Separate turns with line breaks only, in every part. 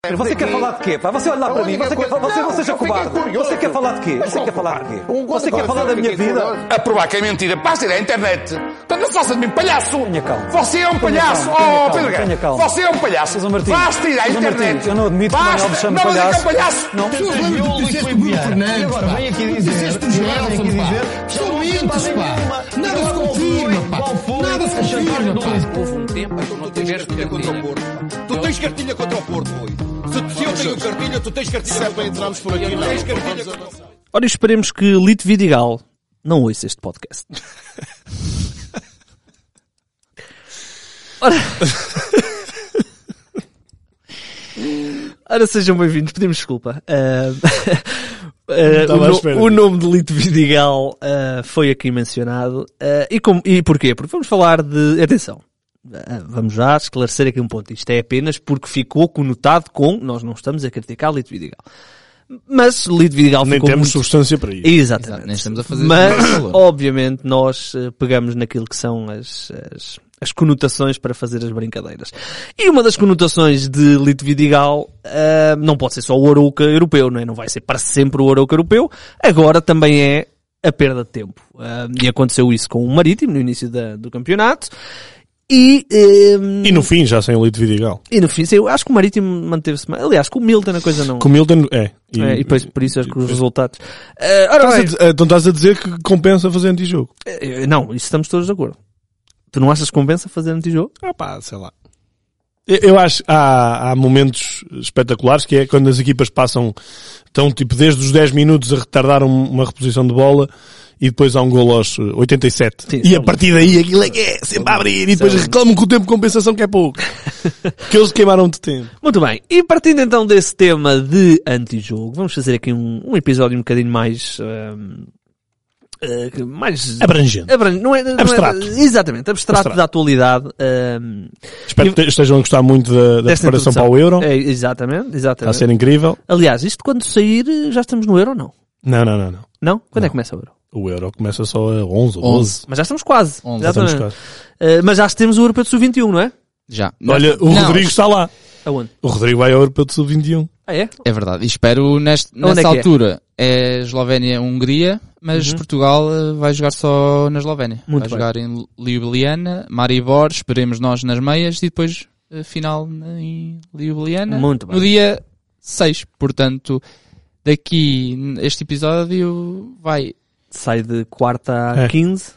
perto
Você
daqui.
quer falar de quê? Pá? Você olha lá
A
para mim,
única
você, quer,
coisa-
você,
Não,
você
eu
seja
fiquei
cobarde.
curioso.
Você quer falar de quê?
Mas
Você
qual
quer falar de
cobarde?
quê?
Um gosta
Você quer
de
falar
falar
da
de quê?
minha vida?
Curioso.
A provar que é mentira, passa ir à internet. Então não faça de mim palhaço.
Tenha calma.
Você é um
Tenha
palhaço.
calma, tenha
oh,
calma,
Pedro
tenha
Guerra.
calma.
Você é um palhaço.
Sousa Martins,
Basta ir à
Sousa
internet.
Martins, eu não admito que o
Basta.
Manuel me chame
não, mas é que é
palhaço.
palhaço.
Não.
Tu lembra do que disseste Bruno Fernandes?
E agora
pá?
vem aqui
Tu
dizer-
disseste do
Joelson,
Joelson,
pá.
pá.
Não
São
minto,
mentes, pá.
nenhuma.
Nada se
Qual
confirma,
foi?
pá.
Qual foi
Nada se
a chantagem
confirma,
do
pá.
Luís?
Houve um tempo em que não
Tu tens
tiveste
cartilha contra o
cartilha.
Porto. pá. Tu tens cartilha contra o Porto, Rui. Se, se eu tenho cartilha, tu tens cartilha
Se é para
contra o Porto.
entrarmos por aqui,
Tu
não.
tens
não
cartilha
vamos
contra o
avançar.
Ora, esperemos que Lito Vidigal não ouça este podcast. Ora... Ora, sejam bem-vindos, pedimos desculpa. Ah, ah,
Estava à
o,
espera
no- o nome de Lito Vidigal ah, foi aqui mencionado. Ah, e, como- e porquê? Porque vamos falar de. Atenção, ah, vamos já esclarecer aqui um ponto. Isto é apenas porque ficou conotado com. Nós não estamos a criticar Lito Vidigal. Mas Lito Vidigal
Nem
ficou
temos
muito
substância para isso.
Exatamente.
Exato, nem estamos a fazer
Mas,
esse valor.
obviamente, nós eh, pegamos naquilo que são as, as, as conotações para fazer as brincadeiras. E uma das conotações de Lito Vidigal ah, não pode ser só o Arouca europeu, não é? Não vai ser para sempre o Arouca europeu. Agora também é a perda de tempo. Ah, e aconteceu isso com o Marítimo no início da- do campeonato. E, ehm,
E no fim, já sem o Lito Vidigal.
e no fim, sim, eu acho que o Marítimo manteve-se... mais. Aliás, com o Milton a coisa não...
Com o Milton, é.
É, e depois, por isso acho que os resultados... Ah,
Estás
ora
a
bem.
dizer- então estás a dizer que compensa fazer antijogo?
Eh, Não, isso estamos todos de acordo. Tu não achas que compensa fazer antijogo?
Ah pá, sei lá. Eu, eu acho que há, há momentos espetaculares que é quando as equipas passam, estão tipo desde os 10 minutos a retardar um- uma reposição de bola e depois há um gol aos eh, 87.
Sim,
e
são-
a partir daí aquilo é que é, sempre a abrir e depois
são-
reclamam que o tempo de compensação que é pouco. que eles queimaram de tempo.
Muito bem, e partindo então desse tema de antijogo, vamos fazer aqui um, um episódio um bocadinho mais. ahm, eh, que- mais.
Abrangente.
abrange- não é, não é-
Abstrato.
exatamente, abstrato,
Abstrato.
da atualidade. ahm,
Espero que estejam a gostar muito da, da
desta
preparação
introdução.
para o Euro.
É, exatamente,
Está a
exatamente.
ser incrível.
Aliás, isto quando sair eh, já estamos no euro ou não?
Não, não, não, não.
Não? Quando é
Não.
que começa o euro?
O Euro começa só a 11 ou 12.
11.
Mas já estamos quase.
Onze.
Já estamos
Exatamente.
quase.
Eh, mas já temos o europeu de sub-21, não é?
Já.
Olha, o
Não,
Rodrigo está lá.
Aonde?
O Rodrigo vai ao Europeu de Sub-21.
Ah, é?
É verdade. E espero neste,
Onde é
nessa
que é?
altura. É Eslovénia-Hungria,
Uhum.
mas Portugal eh, vai jogar só na Eslovénia.
Muito
vai
bem.
jogar em Ljubljana, Maribor, esperemos nós nas meias e depois eh, final em Ljubljana.
Muito
No
bem.
dia 6. Portanto, daqui n- este episódio vai
Sai de quarta a
É.
15,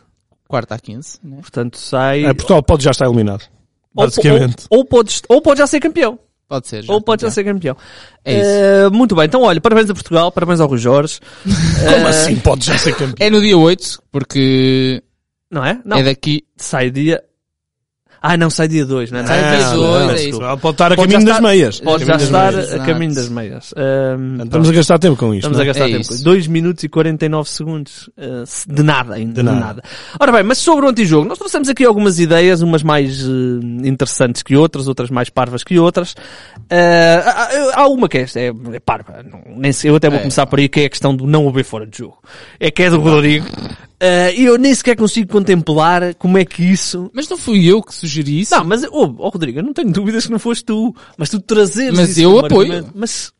quarta a 15, né?
portanto sai.
É, Portugal pode já estar eliminado.
Ou-
Basicamente.
Ou, ou, podes- ou pode já ser campeão.
Pode ser.
ou pode já
ser.
ser campeão.
É isso.
Eh, muito bem, então olha, parabéns a Portugal, parabéns ao Rui Jorge.
Como assim pode já ser campeão?
É no dia 8, porque
Não é? eh, Não,
é daqui.
sai dia. Ah, não, sai dia 2, não é?
Sai dia dois, é isso.
Portugal pode estar a
Pode já
caminho das
estar- É.
meias. Caminho
Pode já
das
estar
meias.
a
Exato.
caminho das meias. Ehm,
Estamos a gastar tempo com isto.
Estamos a
não é?
gastar
É
tempo.
isso.
2 minutos e 49 segundos. eh, se- de nada ainda. De
De
nada.
nada.
Ora bem, mas sobre o antijogo, nós trouxemos aqui algumas ideias, umas mais eh, interessantes que outras, outras mais parvas que outras. Eh, há- há- há uma que é, é, é parva. não- nem sei, eu até vou
É.
começar por aí, que é a questão do não haver fora de jogo. É que é do Rodrigo. Eh, E eu nem sequer consigo contemplar como é que isso
Mas não fui eu que sugeri isso.
não, mas, oh, oh, Rodrigo, eu não tenho dúvidas que não foste tu, mas tu trazeres
Mas
isso
eu
como
apoio.
argumento. Mas,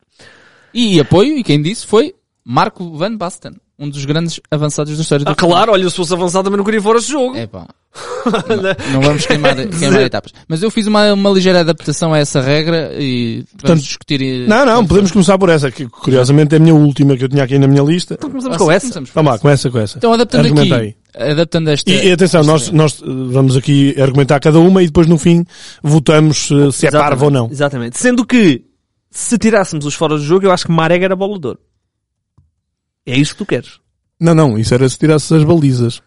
E apoio, e quem disse foi Marco Van Basten, um dos grandes avançados da história do
ah, claro, olha, se fosse avançado também não queria fora de jogo.
É pá. não, não vamos queimar, queimar etapas. Mas eu fiz uma, uma ligeira adaptação a essa regra e vamos discutir. eh,
é? Não, não, podemos começar por essa, que curiosamente é a minha última que eu tinha aqui na minha lista.
Então Ah, Começamos com essa.
começamos por
Vamos lá,
essa.
começa com essa.
Então adaptando
Argumenta
aqui. Adaptando esta.
E, e
é,
atenção, nós, nós eh, vamos aqui argumentar cada uma e depois no fim votamos eh, se é
Exatamente,
parvo ou não.
Exatamente. Sendo que, se tirássemos os fora de jogo, eu acho que Marega era bola de ouro. É isso que tu queres.
Não, não, isso era se tirasse as balizas.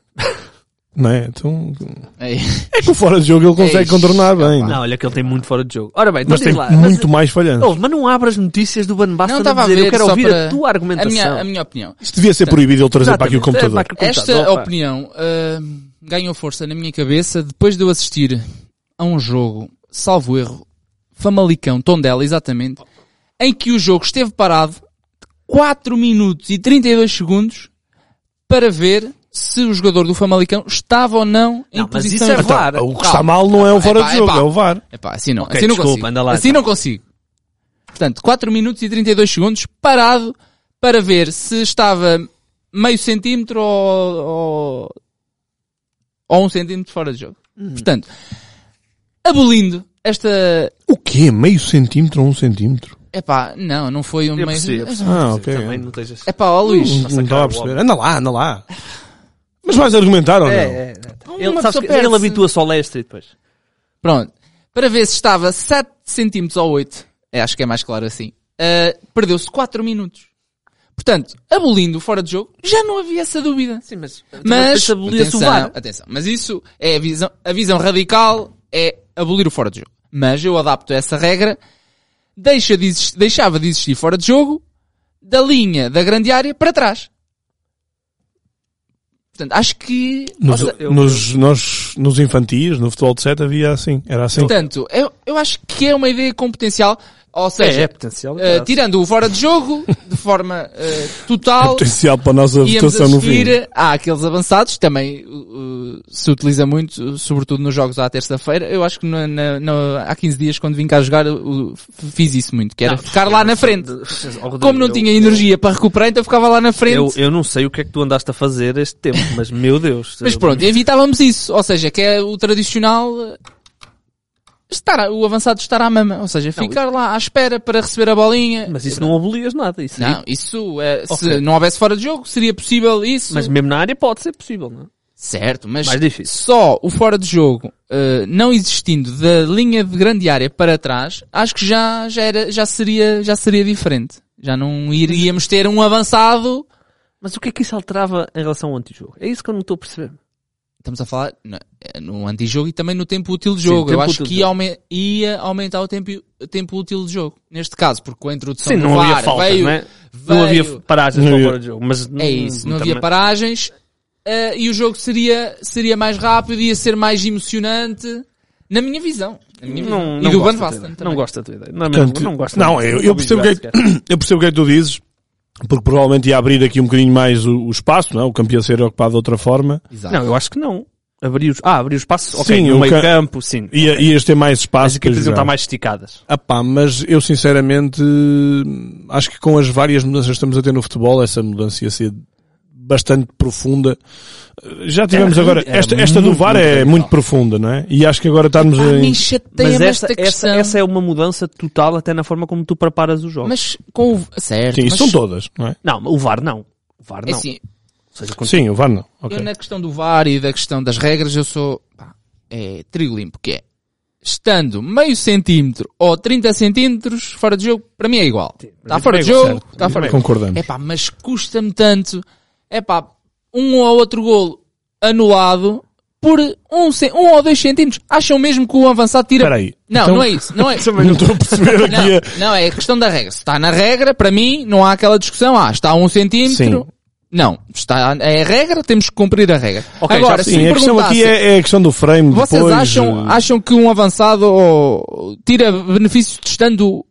Não é? Então,
É,
é que o fora de jogo ele consegue
Eish,
contornar bem.
Ah.
Não, olha que ele tem muito fora de jogo. Ora bem, então
Mas
diz
tem
lá.
muito
mas,
mais falhanças.
Oh, mas não abras notícias do Van Basten
não
a
estava a
dizer,
ver.
eu quero
só
ouvir
para
a
A
tua
minha,
argumentação.
a minha opinião.
Isto devia ser proibido ele trazer para aqui o
Exatamente.
computador.
É para aqui o
Esta
computador, pá.
opinião ahm, ganhou força na minha cabeça depois de eu assistir a um jogo, salvo erro, Famalicão, Tondela, exatamente, em que o jogo esteve parado 4 minutos e 32 segundos para ver se o jogador do Famalicão estava ou não em
Não, mas isso
posição
é
irregular.
VAR.
Ah, O que está mal não é o fora
Epá,
de jogo,
epá.
é o VAR.
Epá, assim não,
Ok,
assim não
desculpa,
consigo.
anda lá, então.
assim não consigo. Portanto, 4 minutos e 32 segundos parado para ver se estava meio centímetro ou, ou, ou um centímetro fora de jogo.
Uhum.
Portanto, abolindo esta...
O quê? Meio centímetro ou um centímetro?
Epá, não, não foi um
Eu
meio...
percebo. Uhum.
Ah, ok.
Também não estejas...
Epá, ó Luís,
Não- Não estava a
cara,
perceber. Anda lá, anda lá. Mas vais argumentar ou não?
É, é. Ele,
Uma
sabes
pessoa
que
perde-se.
ele habitua-se ao leste e depois.
Pronto. Para ver se estava 7 centímetros ou 8, é, acho que é mais claro assim, ah, perdeu-se 4 minutos. Portanto, abolindo o fora de jogo, já não havia essa dúvida.
Sim, mas...
Mas,
abolia-se Então o
atenção,
VAR.
atenção, mas isso é a visão, a visão radical é abolir o fora de jogo. Mas eu adapto essa regra, deixa de exist- deixava de existir fora de jogo, da linha da grande área para trás. Portanto, acho que...
Nos,
ou seja,
eu-
nos, nós, nos infantis, no futebol de sete, havia assim. Era assim.
Então,
Portanto, eu, eu acho que é uma ideia com potencial, ou
É,
seja,
é potencial.
eh,
claro.
tirando o fora de jogo, de forma eh,
É,
total,
É Potencial para a nossa
íamos
votação no
eh,
fim.
assistir a aqueles avançados, que também uh, uh, se utiliza muito, uh, sobretudo nos jogos à terça-feira. Eu acho que na- na- na- há 15 dias, quando vim cá jogar, eu, uh, f- fiz isso muito, que era
Não, é
ficar lá na frente.
Oh, Rodrigo,
Como não
eu-
tinha energia para recuperar, então eu ficava lá na frente.
Eu, eu não sei o que é que tu andaste a fazer este tempo, mas meu Deus.
Mas
eu-
pronto, evitávamos isso. Ou seja, que é o tradicional eh, estar, o avançado estar à mama. Ou seja, ficar lá à espera para receber a bolinha.
Mas isso não abolias nada. Isso aí-
Não, isso, eh,
Ok.
se não houvesse fora de jogo, seria possível isso.
Mas mesmo na área pode ser possível, não é?
certo, mas
Mais difícil.
só o fora de jogo eh, não existindo da linha de grande área para trás, acho que já, já, era, já, seria, já seria diferente. Já não iríamos ter um avançado.
Mas o que é que isso alterava em relação ao antijogo? É isso que eu não estou a perceber.
Estamos a falar no, no antijogo e também no tempo útil de jogo.
tempo
Eu acho
útil de
que ia, aume- ia aumentar o tempo, o tempo útil de jogo. Neste caso, porque com a introdução
Sim,
do
não havia
VAR
faltas,
veio,
não é?
veio-
Não havia
Não
paragens para
havia.
fora de jogo. Mas
É isso, não havia
também-
paragens eh, e o jogo seria, seria mais rápido, ia ser mais emocionante, na minha visão. Na minha visão.
Não,
e
não
do
gosto
Van
da tua
Basten
ideia.
também.
Não gosto da tua ideia. Não, é mesmo,
Portanto,
não gosto.
não, eu, eu percebo o que é que,
Sequer.
eu percebo o que é que tu dizes, porque provavelmente ia abrir aqui um bocadinho mais o, o espaço, não é? O campeão seria ocupado de outra forma.
Exato.
Não, eu acho que não. Abrir os... Ah, abrir os espaços, ok,
Sim,
no
o
meio
ca-
campo, sim.
Ia, ias ter mais
As
espaço para
equipas iam
jogar.
estar tá mais esticadas.
Ah pá, mas eu sinceramente hum, acho que com as várias mudanças que estamos a ter no futebol, essa mudança ia ser bastante profunda. Já tivemos
Era-
agora,
era
esta, esta do
muito,
VAR é
muito
muito profunda, não é? E acho que agora estamos
Ah, me
em...
chateia
Mas
mas
esta,
esta
essa,
questão.
essa é uma mudança total até na forma como tu preparas os jogos.
Mas com o... Certo,
Sim,
mas
isso são todas, não é?
Não, o VAR não. O VAR
é
não.
assim,
Ou seja, quando-
Sim, o VAR não. Ok.
eu na questão do VAR e da questão das regras, eu sou pá, é, trigo limpo, que é estando meio centímetro ou 30 centímetros fora de jogo, para mim é igual. Está fora de jogo, está fora de jogo.
Concordamos.
É pá, mas custa-me tanto. É pá, um ou outro golo anulado por um, cen- um ou dois centímetros. Acham mesmo que o avançado tira.
Espera aí.
Não,
Então-
não é isso. Não é.
Não estou a perceber aqui a...
Não, não, é a questão da regra. Se está na regra, para mim, não há aquela discussão. Ah, está a um centímetro.
Sim.
Não, está, é a regra, temos que cumprir a regra.
Ok, já
Agora,
percebi.
se
Sim,
me
a questão
perguntassem,
aqui é, é a questão do frame,
vocês
depois...
acham,
eh,
acham que um avançado oh, tira benefício distando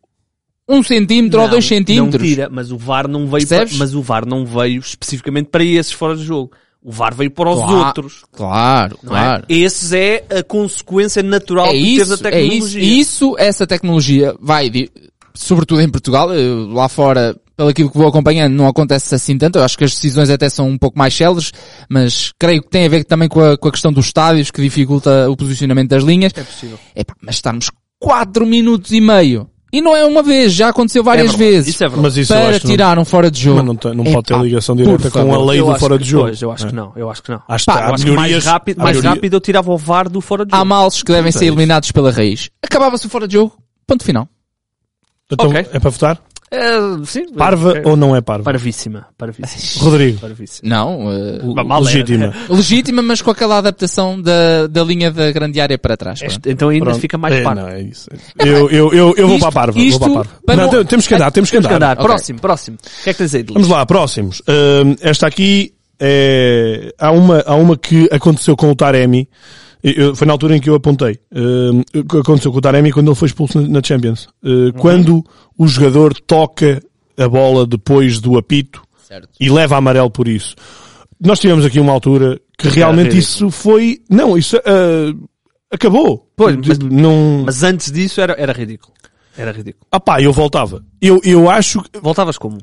um centímetro ou
Não,
dois centímetros?
Não tira, mas o VAR não veio,
Percebes?
pa- mas o VAR não veio especificamente para esses fora de jogo. O VAR veio para os
Claro,
outros.
Claro,
Não
claro.
é? Esses é a consequência natural
é
de teres
isso,
a
é isso,
tecnologia.
E isso, essa tecnologia vai, de- sobretudo em Portugal, eu, lá fora, pelo aquilo que vou acompanhando, não acontece assim tanto, eu acho que as decisões até são um pouco mais céleres, mas creio que tem a ver também com a, com a questão dos estádios, que dificulta o posicionamento das linhas. É possível. mas estarmos 4 minutos e meio, e não é uma vez, já aconteceu várias
verdade,
vezes,
Isso é verdade.
Mas isso eu
para
acho que não-
tirar um fora de jogo.
Mas não, tem- não pode ter
Epá,
ligação
por
direta com
favor.
a é lei
Eu
do
acho
fora
que-
de jogo.
Pois, eu acho que não, eu acho que não.
Acho,
Pá,
há
Eu acho que mais
melhorias-
rápido, mais
há melhorias-
rápido eu tirava o VAR do fora de jogo.
Há males que devem ser eliminados pela raiz. Acabava-se o fora de jogo, ponto final.
Então,
Ok.
é para votar?
eh,
É, sim,
Parva
é-
ou não é parva?
Parvíssima, parvíssima.
Rodrigo.
Parvíssima.
Não, eh,
mal era.
Legítima.
Legítima, mas com aquela adaptação da, da linha da grande área para trás. pronto.
Este- Então ainda
Pronto.
fica mais
É,
parvo.
não, é isso. Eu, eu, eu, eu vou
Isto-
para a parva.
isto
vou para a parva.
para
Não,
não-
tem- temos que andar, temos que
Temos que
andar.
andar.
Ok.
Próximo, próximo. O que é que tens aí de
Vamos lá, próximos. Hum, esta aqui é. Há uma, há uma que aconteceu com o Taremi. Eu- eu- foi na altura em que eu apontei. Hum, que aconteceu com o Taremi quando ele foi expulso na na Champions.
Uhum.
Uh, Quando o jogador toca a bola depois do apito
Certo.
e leva amarelo por isso. Nós tivemos aqui uma altura que realmente
ridículo.
isso foi. Não, isso ah, acabou. Tipo,
Pois, mas-
Não-
Mas antes disso era, era ridículo. Era ridículo.
Ah pá, eu voltava. Eu, eu acho que...
Voltavas como?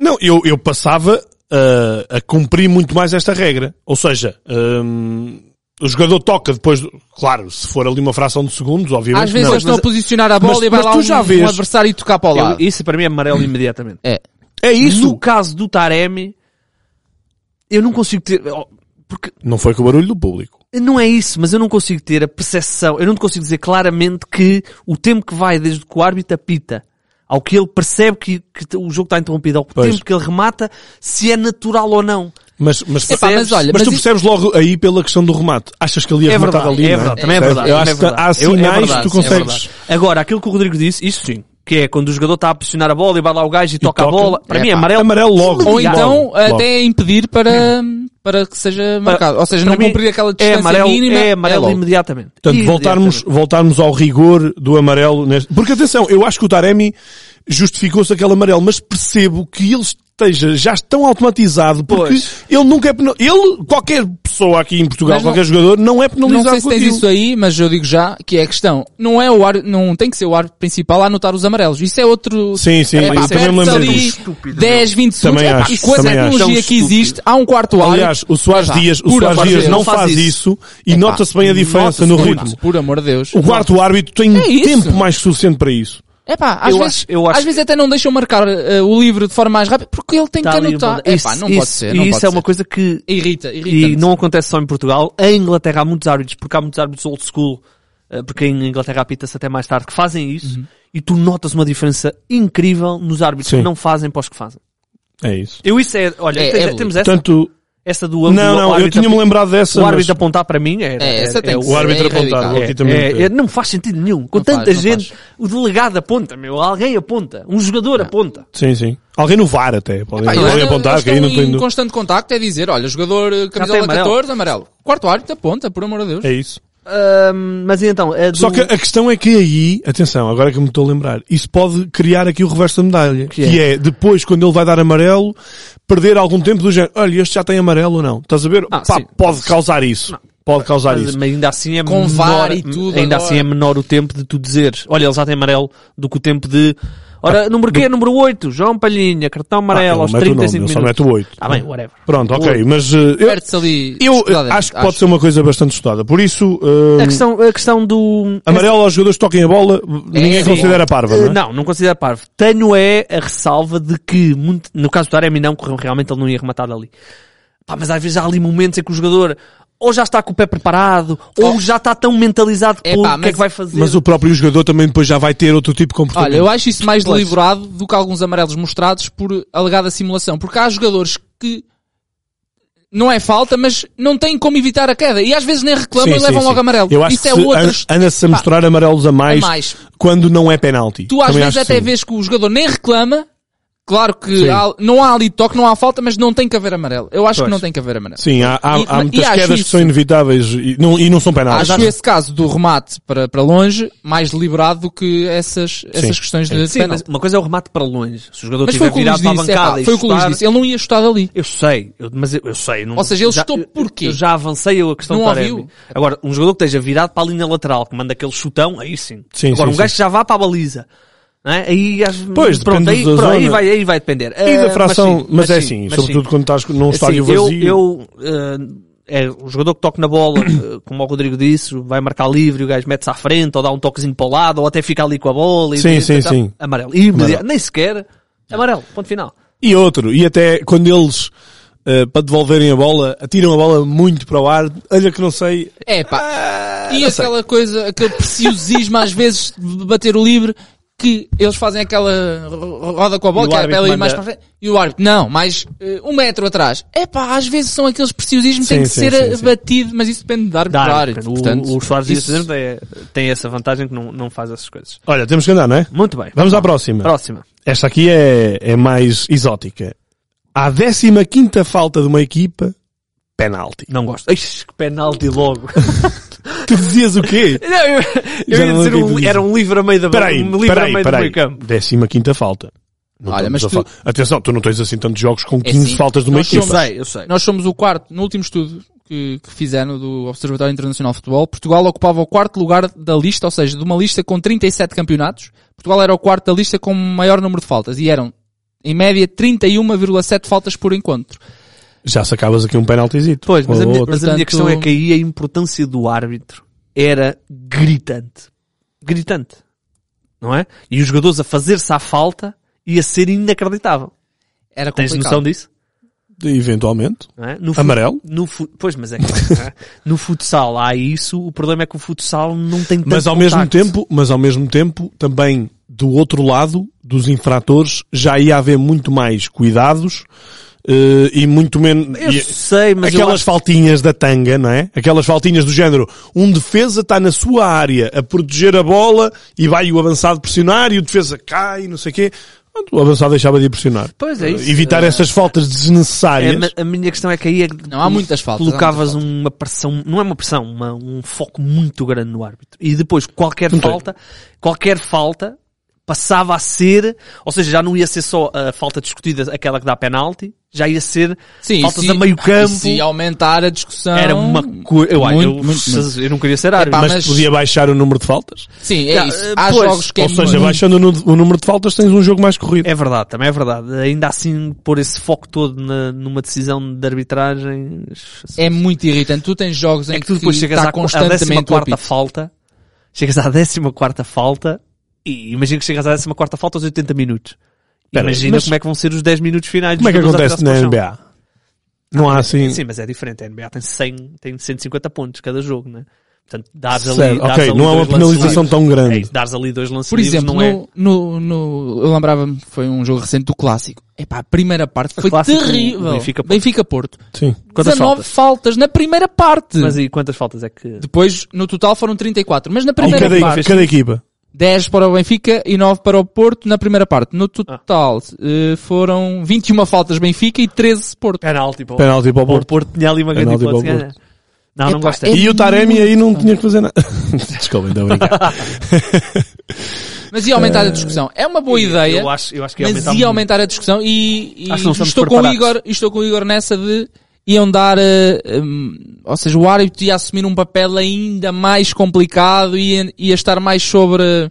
Não, eu, eu passava ah, a cumprir muito mais esta regra. Ou seja, hum, o jogador toca depois... do- Claro, se for ali uma fração de segundos, obviamente
Às vezes
não.
eles estão a posicionar a bola
mas-
e vai
mas
lá
tu
um,
já
um
vês.
adversário e tocar para o
Eu,
lado.
isso para mim é amarelo imediatamente.
É.
É
No
isso.
caso do Taremi, eu não consigo ter... oh, Porque
Não foi com o barulho do público.
Não é isso, mas eu não consigo ter a percepção, eu não te consigo dizer claramente que o tempo que vai desde que o árbitro apita ao que ele percebe que, que o jogo está interrompido, ao
Pois.
tempo que ele remata, se é natural ou não.
Mas, mas,
Epá, mas olha, mas
mas tu
isso-
percebes logo aí pela questão do remate. Achas que ele ia
É
rematar
verdade,
ali?
é
não
verdade, também é
Percebes? Eu
verdade. também
acho que
é
há
verdade. Eu- é
sinais que
verdade,
tu
sim, é
consegues.
Agora, aquilo que o Rodrigo disse, isso sim, que é quando o jogador está a pressionar a bola e vai lá o gajo e, toca,
toca.
a bola, para
É
mim é
pá,
amarelo.
amarelo logo.
Ou
Logo,
então
logo.
até impedir para, para que seja marcado. Ou seja,
Ah, Para
não
mim,
cumprir aquela
é
distância
amarelo,
mínima.
é amarelo
logo.
imediatamente.
Portanto, voltarmos,
Imediatamente.
voltarmos ao rigor do amarelo. Neste... Porque atenção, eu acho que o Taremi justificou-se aquele amarelo, mas percebo que ele esteja já tão automatizado porque
Pois.
ele nunca é pena- ele qualquer pessoa aqui em Portugal,
Mas não-
qualquer jogador não é
Não
penalizado
sei se
com
tens
aquilo.
isso aí, mas eu digo já que é a questão. Não é o ar, não tem que ser o árbitro principal a anotar os amarelos. Isso é outro.
Sim, sim,
é,
eu também me
perdes
lembro
ali
disso.
10, 20 segundos.
Também
Epá,
acho,
e com a
também acho.
tecnologia
Tão
que
estúpido.
existe, há um quarto árbitro.
Aliás, o Soares
Epá,
Dias, o
por
Soares
amor de
Dias
Deus.
não faz isso e nota-se bem a diferença no
Nota-se
ritmo.
muito, Por amor de Deus.
O quarto árbitro tem
É isso.
tempo mais que suficiente para isso.
É pá, às,
Eu
vezes,
acho- eu acho
às vezes até não deixam marcar eh, o livro de forma mais rápida porque ele tem
Está
que
Tá ali,
anotar. É
isso-
pá, não
isso-
pode ser.
E
não
isso
pode
é uma
ser.
coisa que
Irrita, irrita.
E não acontece só em Portugal. Em Inglaterra há muitos árbitros, porque há muitos árbitros old school, eh, porque em Inglaterra apita-se até mais tarde, que fazem isso. E tu notas uma diferença incrível nos árbitros
Sim.
que não fazem para os que fazem.
É isso.
Eu isso é... Olha,
É,
tens-
é bonito.
temos essa,
Portanto,
essa do ângulo,
não,
o
não, eu
árbitro
tinha-me
api-
lembrado dessa.
O
mas-
árbitro apontar para mim é...
É, essa tem que
o árbitro
é
apontar,
radical.
ok.
é-
aqui também
é-
tem.
é- não faz sentido nenhum. Com
Não
tanta
faz, É. não
gente, o delegado aponta, meu. Alguém aponta. Um jogador aponta.
Sim, sim. Alguém no VAR até. Podem,
Pá,
podem
eles-
apontar,
eles
que aí
estão
não estou
em
indo.
constante contacto é dizer, olha, jogador eh,
tem
camisola
amarelo.
14, amarelo. Quarto árbitro aponta, por amor de Deus.
É isso.
Ahm, mas e então... é do-
Só que a questão é que aí, atenção, agora que eu me estou a lembrar, isso pode criar aqui o reverso da medalha. Que, é? depois, quando ele vai dar amarelo, perder algum tempo do género. Olha, este já tem amarelo ou não? Estás a ver?
Ah,
Pá,
sim.
pode causar isso. Pode causar
Mas,
isso.
mas ainda assim é
Com
menor,
VAR e tudo
ainda
agora.
assim é menor o tempo de tu dizeres, olha, ele já tem amarelo, do que o tempo de,
Ah,
ora, número quê? Número 8, João Palhinha, cartão amarelo
Ah,
aos
ele mete o nome,
35
ele
minutos.
só mete o 8.
Ah bem, whatever.
Pronto, ok.
Oito.
Mas eh, eu,
Perde-se ali.
eu eh,
estudadamente,
acho que pode ser uma coisa bastante estudada. Por isso, eh,
A questão, a questão do...
amarelo aos jogadores que toquem a bola, ninguém
sim.
considera parva, não é?
é Eh, Não, não considero parvo. Tenho é a ressalva de que, muito, no caso do Taremi não, correu realmente ele não ia rematar ali. Pá, mas às vezes há ali momentos em que o jogador ou já está com o pé preparado, ou
Oh.
já está tão mentalizado
É
com
pá,
o que é
mas-
que vai fazer.
Mas o próprio jogador também depois já vai ter outro tipo de comportamento.
Olha, eu acho isso mais
Pois.
deliberado do que alguns amarelos mostrados por alegada simulação. Porque há jogadores que não é falta, mas não têm como evitar a queda. E às vezes nem reclamam
Sim,
e
sim,
levam
sim.
logo amarelo.
Eu acho
isso é
que se
outra.
an- anda-se a mostrar amarelos a mais,
a mais.
quando não é penalti.
Tu às
Também
vezes
acho que
até
sim.
vês que o jogador nem reclama. Claro que
Sim.
há- não há ali toque, não há falta, mas não tem que haver amarelo. Eu acho
Pois.
que não tem que haver amarelo.
Sim, há, há,
E-
há
e
muitas
acho
quedas que
isso-
são inevitáveis e não, e não são penaltis.
Acho esse caso do remate para, para longe mais deliberado do que essas, essas questões de
Sim, mas
penalti.
uma coisa é o remate para longe. Se o jogador
Mas foi
tiver
o que o
virado
Luís
para a
disse, é
bancada
pá,
e
foi o que o Luís
chutar-
disse, ele não ia chutar ali.
Eu sei, eu- mas eu, eu sei. eu Não,
Ou seja, ele
já-
chutou
eu-
porquê?
Eu, já avancei a questão
Não
do Taremi.
ouviu?
Agora, um jogador que esteja virado para a linha lateral, que manda aquele chutão, aí sim.
Sim,
Agora,
sim,
um gajo que já vá para a baliza. Não é? Aí, às-
Pois,
pronto,
depende
aí,
da
pronto, aí
zona.
vai, aí vai depender.
E
Ah,
da fração, mas,
sim,
é
sim,
assim,
mas
sobretudo
sim.
quando estás
É
num estádio
Assim,
vazio.
Eu, eu, eh, é, o jogador que toca na bola, eh, como o Rodrigo disse, vai marcar livre, o gajo mete-se à frente, ou dá um toquezinho para o lado, ou até fica ali com a bola. E
Sim,
e-
sim,
e-
sim.
Amarelo. E
Amarelo.
nem sequer. Amarelo, ponto final.
E outro, e até quando eles, eh, para devolverem a bola, atiram a bola muito para o ar, olha que não sei,
É pá.
Ah,
E aquela coisa, aquele preciosismo às vezes de bater o livre que eles fazem aquela ro- roda com a
E
bola,
o
que é
árbitro
para ir mais para
manda-
frente, e o árbitro, não, mais eh, um metro atrás. É pá, às vezes são aqueles preciosismos que têm que
Sim, sim,
ser
sim, sim.
abatido, mas isso depende de árbitro. para árbitro.
o,
Portanto,
o Soares
isso-
isso... é, tem essa vantagem que não, não faz essas coisas.
Olha, temos que andar, não é?
Muito bem.
Vamos à próxima.
Próxima.
Esta aqui é, é mais exótica. À 15 quinta falta de uma equipa, penalti.
Não gosto. Ixi, que penalti logo.
Tu dizias o quê?
Não, eu, eu
Já
ia
não
dizer
lembro o que
um,
dizes.
era um livro a meio da
Peraí,
um livro a
peraí,
meio do
peraí.
meio campo.
Décima quinta falta. Não
Olha,
estamos
mas
a
tu-
falar- Atenção, tu não tens assim tantos jogos com 15
É sim.
faltas de uma
Nós
equipa.
somos-
É eu sei.
Nós somos o quarto, no último estudo que, que fizeram do Observatório Internacional de Futebol, Portugal ocupava o quarto lugar da lista, ou seja, de uma lista com 37 campeonatos, Portugal era o quarto da lista com o maior número de faltas e eram, em média, 31,7 faltas por encontro.
Já sacavas aqui um penaltizito.
Pois, mas,
Ou
a minha,
outro.
mas a minha
Portanto-
questão é que aí a importância do árbitro era gritante. Gritante. Não é? E os jogadores a fazer-se à falta ia ser inacreditável.
Era complicado.
Tens noção disso?
Eventualmente.
Não é? No fu-
Amarelo.
No fu- pois, mas é que não é? no futsal há isso. O problema é que o futsal não tem tanto
Mas ao mesmo
contacto.
tempo, mas ao mesmo tempo, também do outro lado dos infratores já ia haver muito mais cuidados eh, e muito menos
Eu
e-
sei, mas eu
aquelas
acho-
faltinhas da tanga, não é? Aquelas faltinhas do género, um defesa está na sua área a proteger a bola e vai o avançado pressionar e o defesa cai, não sei o quê. Pronto, O avançado deixava de ir pressionar.
Pois é isso.
Evitar
Eh,
essas faltas
É,
desnecessárias.
mas a minha questão é que aí é que
Não, há muitas faltas,
colocavas
há muitas
uma pressão, não é uma pressão, uma- um foco muito grande no árbitro. E depois qualquer
Não tem.
falta, qualquer falta passava a ser, ou seja, já não ia ser só a falta discutida, aquela que dá penalti, já ia ser faltas
e se-
a meio
e
campo.
Se Ah, aumentar a discussão.
Era uma coisa, eu,
Muito,
eu,
muito, muito.
eu não queria ser árbitro.
Epá,
mas,
mas-
podia baixar o número de faltas.
Sim, é
Já,
isso.
eh,
Há
pois,
jogos que é
Ou seja,
muito-
baixando o nu- o número de faltas tens um jogo mais corrido.
É verdade, também é verdade. Ainda assim, pôr esse foco todo na- numa decisão de arbitragem
é muito irritante. Tu tens jogos em
é que tu depois chegas
está
à, à décima
constantemente o
quarta
apito.
falta, chegas à décima quarta falta, e imagina que chegas à décima quarta falta aos 80 minutos.
Espera aí,
Imagina
mas-
como é que vão ser os 10 minutos finais.
Como é que
dos jogadores
acontece
a
na
tirar-se para o
NBA? Não há assim.
chão. Sim, mas é diferente. A NBA tem 100, tem 150 pontos cada jogo, né? Portanto, dás ali,
Certo,
dás
ok,
ali
não há uma
dois lances
penalização
livres.
tão
É
grande.
isso, dás ali dois lances
Por
livres,
exemplo,
não é?
no, no, no, eu lembrava-me, foi um jogo recente do Clássico. Epá, a primeira parte foi
Clássico,
terrível.
o Benfica-
Benfica-Porto.
Sim.
Quantas
19 faltas? na primeira parte.
Mas e quantas faltas é que...
Depois, no total, foram 34. Mas na
Em
primeira
cada,
parte,
cada equipa.
10 para o Benfica e 9 para o Porto na primeira parte.
Ah.
No total, eh, foram 21 faltas Benfica e 13 Porto.
Penalti para o-
Penalti para o
para
Porto. É
o Porto. Tinha ali uma grande
Penalti para o
hipótese de ganhar. Não, não
Epá,
gosto.
é-
E o Taremi aí não tinha que fazer nada. Desculpa, então, ainda brincar.
Mas ia aumentar a discussão. É uma boa ideia.
Eh, Eu acho, eu acho que ia
Mas
aumentar
ia
muito.
aumentar a discussão e, e
Acho que não estamos
estou, com o
preparados.
Igor, estou com o Igor nessa de iam dar, eh, hum, ou seja, o árbitro ia assumir um papel ainda mais complicado e ia, ia estar mais sobre,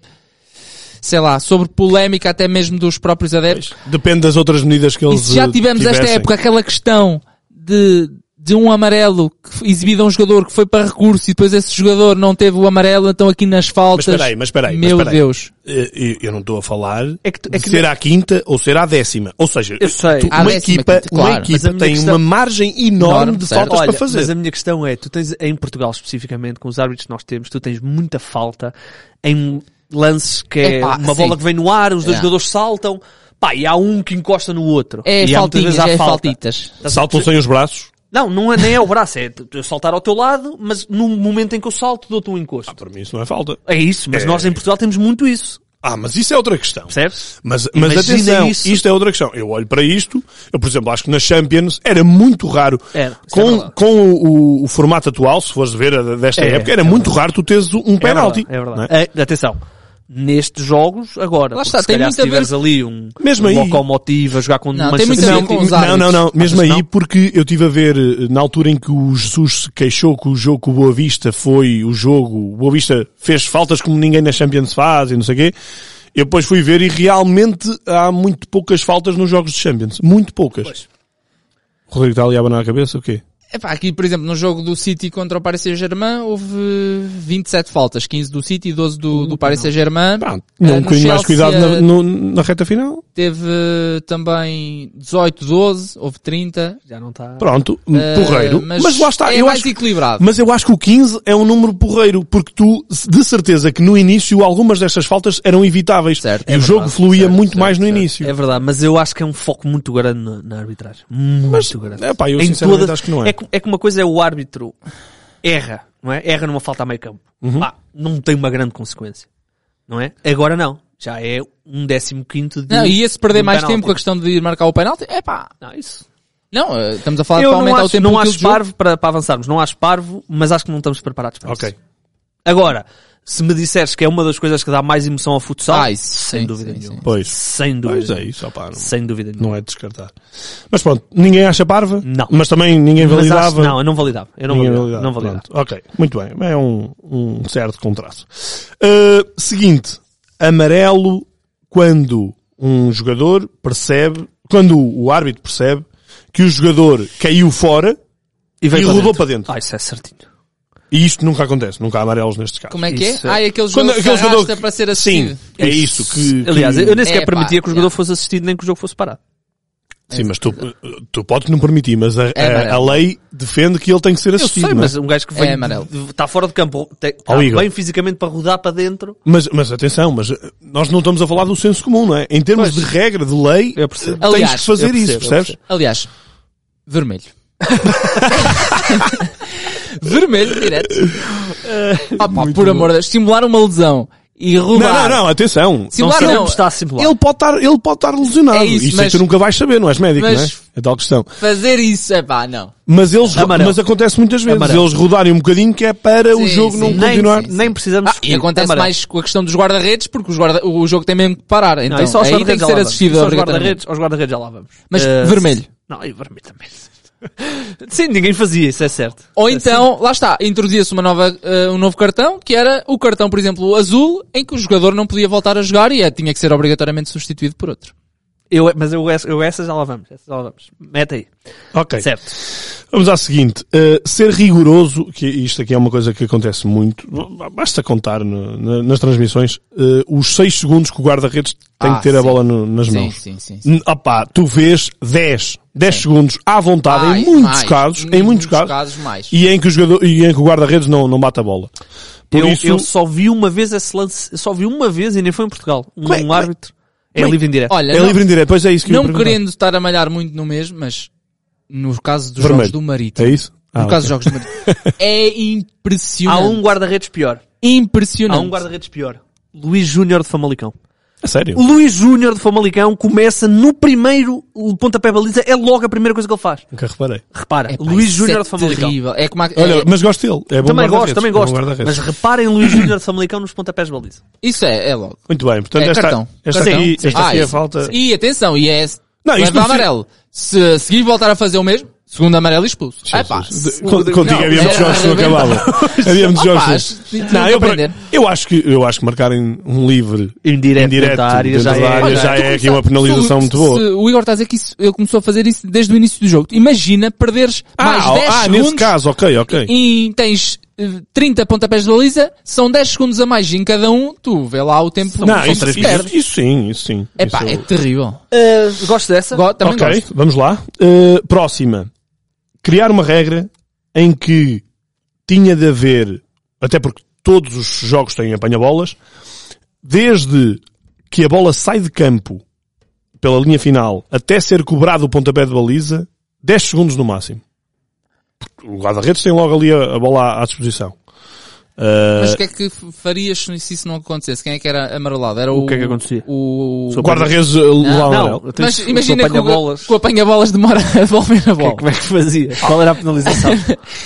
sei lá, sobre polémica até mesmo dos próprios adeptos.
Depende das outras medidas que
E
eles.
se já
eh,
tivemos esta
tivessem.
época aquela questão de, de um amarelo que foi exibido a um jogador que foi para recurso e depois esse jogador não teve o amarelo, então aqui nas faltas.
espera aí, mas espera aí, mas
Meu
espera aí.
Deus.
Eh, Eu, eu não estou a falar
É que tu- é
de
que
ser
não-
à quinta ou ser à décima. Ou seja,
Eu sei.
tu-
À
uma,
décima
equipa,
quinta, claro.
uma
Mas a
equipa
minha
tem
questão-
uma margem enorme
Enorme,
de
certo.
faltas
Olha,
para fazer.
Mas a minha questão é, tu tens em Portugal especificamente, com os árbitros que nós temos, tu tens muita falta em lances que é
Epá,
uma
sim.
bola que vem no ar, os dois
É.
jogadores saltam, pá, e há um que encosta no outro.
É
e há muitas
faltinhas,
vezes há
é
falta.
faltitas.
Saltam sem os braços.
Não, não é, nem é o braço, é tu- eu saltar ao teu lado, mas no momento em que eu salto, dou-te um encosto.
Para mim isso não é falta.
É isso, mas
É.
nós em Portugal temos muito isso,
Ah, mas isso é outra questão.
percebes?
Mas, mas
Imagina
atenção,
isso.
isto é outra questão. Eu olho para isto, eu, por exemplo, acho que na Champions era muito raro.
Era, isso é
com
verdade.
com o, o- o formato atual, se fores ver a desta
É,
época,
é
era muito raro tu teres um penalti.
É verdade.
não é?
É, atenção. Nestes jogos, agora.
Lá
Lá
está,
está, se
tem
calhar
muito
se
a ver
tiveres ali um,
Mesmo
um
aí-
locomotivo a jogar com
Não,
uma
tem muito a ver com os
não, não, não.
árbitros.
Mesmo
Achas
aí,
não?
porque eu tive a ver, eh, na altura em que o Jesus se queixou que o jogo com o Boa Vista foi o jogo, o Boa Vista fez faltas como ninguém na Champions faz e não sei o quê. Eu depois fui ver e realmente há muito poucas faltas nos jogos de Champions. Muito poucas. O Rodrigo está ali a abanar a cabeça, o quê?
Epá, aqui, por exemplo, no jogo do City contra o Paris Saint-Germain, houve 27 faltas. 15 do City e 12 do, do Paris Saint-Germain.
Pá,
Eh,
não, um
no
bocadinho mais
Chelsea,
cuidado na,
eh,
no- na reta final.
Teve eh, também 18, 12, houve 30.
Já não está.
Pronto, um
Eh,
porreiro. Mas, lá está,
é
eu
mais
acho,
equilibrado.
mas eu acho que o 15 é um número porreiro, porque tu, de certeza que no início algumas destas faltas eram evitáveis.
Certo,
e
é
o jogo
verdade,
fluía
certo,
muito
certo,
mais no
certo.
início.
É verdade, mas eu acho que é um foco muito grande na, na arbitragem. Muito
Mas,
grande.
é pá, eu sinceramente acho que não é.
É que, é que uma coisa é o árbitro erra, não é? Erra numa falta a meio campo.
Uhum.
Pá, não tem uma grande consequência. Não é? Agora não. Já é um décimo quinto de.
Não, e esse perder
de
mais
Um penalti.
tempo com a questão de ir marcar o penalti, epá.
Não, isso.
Não, eh, estamos a falar
eu
para
não
aumentar
acho,
o tempo
não
útil
acho
do jogo.
parvo para, para avançarmos. Não acho parvo, mas acho que não estamos preparados para
Ok.
isso. Agora, se me disseres que é uma das coisas que dá mais emoção ao futsal,
Ah, isso,
sem
sim,
dúvida
sim,
nenhuma.
sim.
Pois.
Sem dúvida.
Pois é
nenhuma.
isso, opá, não,
Sem dúvida nenhuma.
não é de descartar. Mas pronto, ninguém acha parva,
Não.
mas também ninguém
Mas
validava.
acho- não, eu não validava. Eu não
Ninguém
validava.
validava.
Não validava.
Pronto, Ok, muito bem. É um, um certo contraste. Uh, seguinte, amarelo quando um jogador percebe, quando o árbitro percebe que o jogador caiu fora
veio
E rodou para dentro.
Ah, isso é certinho.
e isto nunca acontece, nunca há amarelos nestes casos.
Como é que
Isso
é?
é-
Ah, é aquele jogo
Quando
que
aquele
arrasta
jogador que-
para ser assim?
Sim,
assistido.
é isso que. que-
Aliás, eu nem sequer
É, pá,
permitia que o jogador
já.
fosse assistido nem que o jogo fosse parado.
Sim, mas tu, tu podes não permitir, mas a,
É
a, a
amarelo.
lei defende que ele tem que ser
Eu
assistido.
sei,
não é?
mas um gajo que vem,
É amarelo.
está fora de campo, tem- está
Ó, Igor.
bem fisicamente para rodar para dentro.
Mas, mas atenção, mas eh, nós não estamos a falar do senso comum, não é? Em termos de regra, de lei,
Eu percebo.
tens
Aliás,
que fazer
eu percebo,
isso,
eu
percebes?
percebo.
Aliás, vermelho. vermelho direto. Ah, pá, por amor de Deus, estimular uma lesão e
Eh, Não,
roubar.
não, não, atenção.
Estimular
Não
não.
sabemos se está a simular.
Ele pode estar, ele pode estar lesionado.
É isso,
isso aí
mas-
tu nunca vais saber, não és médico,
mas-
não é? É tal questão.
Fazer isso, é pá, não.
Mas eles,
Amarelo.
mas acontece muitas vezes,
Amarelo.
eles rodarem um bocadinho que é para o
Sim,
jogo
sim.
não
Nem-
continuar.
sim, sim.
Nem precisamos
Ah, e
discutir.
acontece
Amarelo.
mais com a questão dos guarda-redes, porque os guarda o jogo tem mesmo que parar. Então,
Não, isso aos
aí tem que
guarda-redes já
ser
lá vamos.
assistido
Isso aos
obrigatoriamente.
guarda-redes, aos guarda-redes já lá vamos.
Mas
Eh,
vermelho.
Não, e vermelho também. Sim, ninguém fazia, isso é certo.
Ou então, lá está, introduzia-se uma nova, eh, um novo cartão, que era o cartão, por exemplo, azul, em que o jogador não podia voltar a jogar e eh, tinha que ser obrigatoriamente substituído por outro.
Eu, mas eu, essa- eu essa já lá vamos, essa já lá vamos. Mete aí.
Ok.
Certo.
Vamos à seguinte. Uh, ser rigoroso, que isto aqui é uma coisa que acontece muito, basta contar no- na- nas transmissões, uh, os 6 segundos que o guarda-redes tem
Ah,
que ter a
sim.
bola no- nas mãos.
Sim, sim, sim.
N- Opá, tu vês 10, 10 segundos à vontade,
Mais,
em muitos
mais,
casos, em muitos casos,
mais.
e em que o jogador, e em que o guarda-redes não, não bate a bola. Por
Eu,
isso,
eu só vi uma vez esse lance, eu só vi uma vez e nem foi em Portugal. Um,
Como é-
um árbitro. É livre em direto.
Olha,
é
não,
livre em direto, pois é isso que eu ia
não
perguntar.
querendo estar a malhar muito no mesmo, mas no caso dos
Vermelho.
jogos do Marítimo,
É isso?
no
Ah,
caso dos jogos
ok.
do Marítimo, é
Há
impressionante.
um guarda-redes pior. Há
Impressionante.
um guarda-redes pior. Luís Júnior de Famalicão.
A sério?
Um-
O Luís Júnior de Famalicão começa no primeiro o pontapé baliza, é logo a primeira coisa que ele faz.
Nunca reparei.
Repara,
Epá,
Luís
isso
Júnior
é
de Famalicão.
terrível. É como a-
Olha,
é-
mas gosto dele. É bom
Também gosto,
guarda-redes.
também
É bom
gosto.
guarda-redes.
Mas reparem Luís Júnior de Famalicão nos pontapés de baliza.
isso é, é logo.
Muito bem, portanto,
É
esta,
cartão.
esta
Cartão.
aqui, esta
Ah,
aqui é a
isso.
falta.
E atenção, e é
Não,
não,
isto não precisa-
amarelo. Se seguir voltar a fazer o mesmo, segundo amarelo expulso. É pá. é
De- con- Contigo havia muitos jogos que não acabavam. Havia
Opa,
muitos jogos. que-
acho que tinha
Não,
que
eu, por-
aprender.
eu acho que, eu acho que marcarem um livre
Em direto
indireto
da área
dentro
já
da
é-
área
Olha,
já
tu
é aqui
começa-
uma
se-
penalização muito boa.
se o Igor está a dizer que isso, ele começou a fazer isso desde o início do jogo. Imagina perderes mais
ah,
10
ah,
segundos
nesse caso, ok, ok.
e tens eh, 30 pontapés de baliza, são 10 segundos a mais em cada um, tu vê lá o tempo
não,
que
isso,
se
isso,
perde.
isso sim, isso sim.
É pá,
Isso-
é terrível.
Uh, gosto dessa?
Go- também
ok,
gosto.
vamos lá. Uh, próxima. Criar uma regra em que tinha de haver, até porque todos os jogos têm apanha-bolas, desde que a bola sai de campo pela linha final até ser cobrado o pontapé de baliza, 10 segundos no máximo. Porque O guarda-redes tem logo ali a, a bola à, à disposição. Uh,
Mas o que é que f- farias se isso não acontecesse? Quem é que era amarelado? Era o,
que é que acontecia?
O...
o guarda-redes uh,
Ah,
levava amarelo.
eu tenho-
Mas
eu
imagina que
apanho
o, bolas. o apanha-bolas demora a devolver a bola.
Como é que fazia? Qual era a penalização?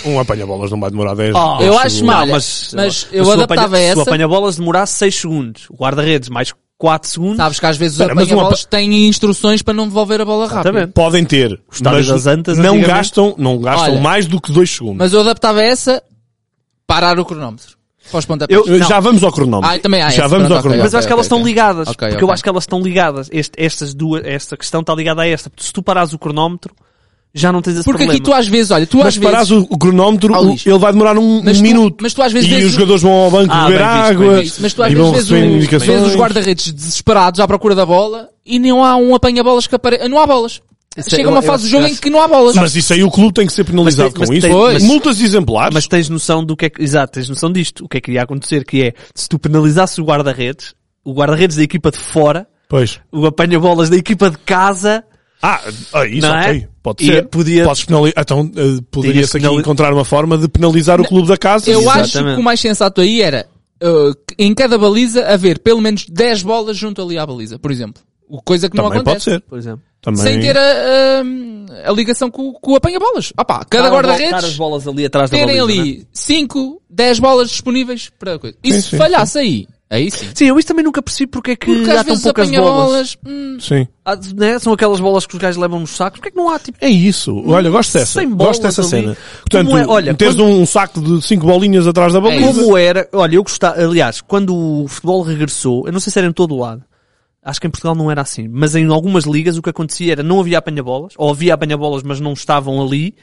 Um apanha-bolas não vai demorar 10
Ah,
Eu acho
Não,
mal, mas,
mas-
eu
se o
adaptava
apanha-
essa.
Se o apanha-bolas demorasse 6 segundos, o guarda-redes mais 4 segundos,
Sabes que às vezes os
Espera, mas um
apanha-bolas têm instruções para não devolver a bola rápido.
Exatamente.
Podem ter,
estádio
mas
das Antas,
não
antigamente.
gastam, não gastam
Olha,
mais do que dois segundos.
Mas eu adaptava essa, parar o cronómetro. Para os pontapés.
Eu-
Não.
já vamos ao cronómetro.
Ah, também há
já
esse,
vamos
pronto,
ao
ok,
cronómetro.
mas eu acho que
ok,
elas estão
ok.
ligadas.
Ok,
porque
ok.
eu acho que elas estão ligadas. Este- estas duas, esta questão está ligada a esta. Porque se tu parares o cronómetro, já não tens esse
Porque
problema.
aqui tu às vezes, olha, tu às
Mas
vezes...
paras o, o cronómetro,
Ao
o-
lixo.
ele vai demorar um,
Mas
um
tu-
minuto.
mas tu às vezes
e
vês
os
o-
jogadores vão ao banco
Ah,
beber
bem visto, bem
água.
visto.
Mas tu às
e vão
vezes vês,
recebendo
o-
indicações.
vês os guarda-redes desesperados à procura da bola e não há um apanha-bolas que apareça. Não há bolas.
é-
Chega uma
eu- eu
fase do
acho-
jogo em que não há bolas.
Mas isso aí o clube tem que ser penalizado
Mas tem-
com
mas
isso.
tem- mas-
Multas exemplares.
Ah, Mas tens noção do que é que, exato, tens noção disto. O que é que iria acontecer? Que é, se tu penalizasses o guarda-redes, o guarda-redes da equipa de fora,
pois.
o apanha-bolas da equipa de casa,
Ah, ah, isso,
Não é?
ok. Pode
E
ser.
podia-
Podes penalizar. Então, eh,
Tinhas
poderia-se aqui
penali-
encontrar uma forma de penalizar o clube da casa.
Eu
Exato.
acho
Exatamente.
que o mais sensato eh, aí era uh, que em cada baliza haver pelo menos 10 bolas junto ali à baliza, por exemplo. O coisa que não
Também pode
acontece.
ser.
por exemplo.
Também...
Sem ter a, a- a ligação com, com o apanha-bolas. Opa, cada
Estar a bol- estar as
guarda-redes
bolas ali atrás da
terem
baliza, né?
ali 5, 10 bolas disponíveis para coisa. E
Sim,
se
sim,
falhasse aí, aí sim.
Sim, eu isso também nunca percebi porque é que
Porque às
há tão
vezes
poucas bolas.
apanha-bolas... hum,
Sim.
Há, né? São aquelas bolas que os gajos levam nos sacos. Porque é que não há, tipo,
É isso. Olha, gosto dessa.
Sem bolas
Gosto dessa
ali.
cena.
Como
Portanto,
é- olha,
teres
quando-
um saco de cinco bolinhas atrás da é? baliza.
como era... Olha, eu gostava... Aliás, quando o futebol regressou, eu não sei se era em todo o lado. Acho que em Portugal não era assim. Mas em algumas ligas o que acontecia era não havia apanha-bolas, ou havia apanha-bolas mas não estavam ali,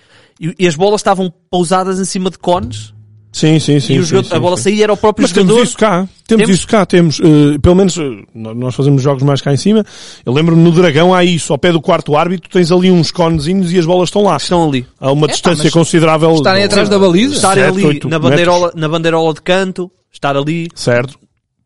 e, e as bolas estavam pousadas em cima de cones,
Sim, sim, sim.
e o
sim,
jogador-
sim,
a bola
sim.
saía, era o próprio
Mas
jogador...
temos isso cá, temos,
Temos?
isso cá, temos, eh, pelo menos eh, nó- nós fazemos jogos mais cá em cima. Eu lembro-me no Dragão há isso, ao pé do quarto árbitro tens ali uns conezinhos e as bolas estão lá.
Estão ali.
Há uma
pá,
distância
mas
considerável.
Estarem atrás da baliza.
Estarem
Sete,
ali
oito
na,
metros.
bandeirola, na bandeirola de canto, estar ali,
Certo.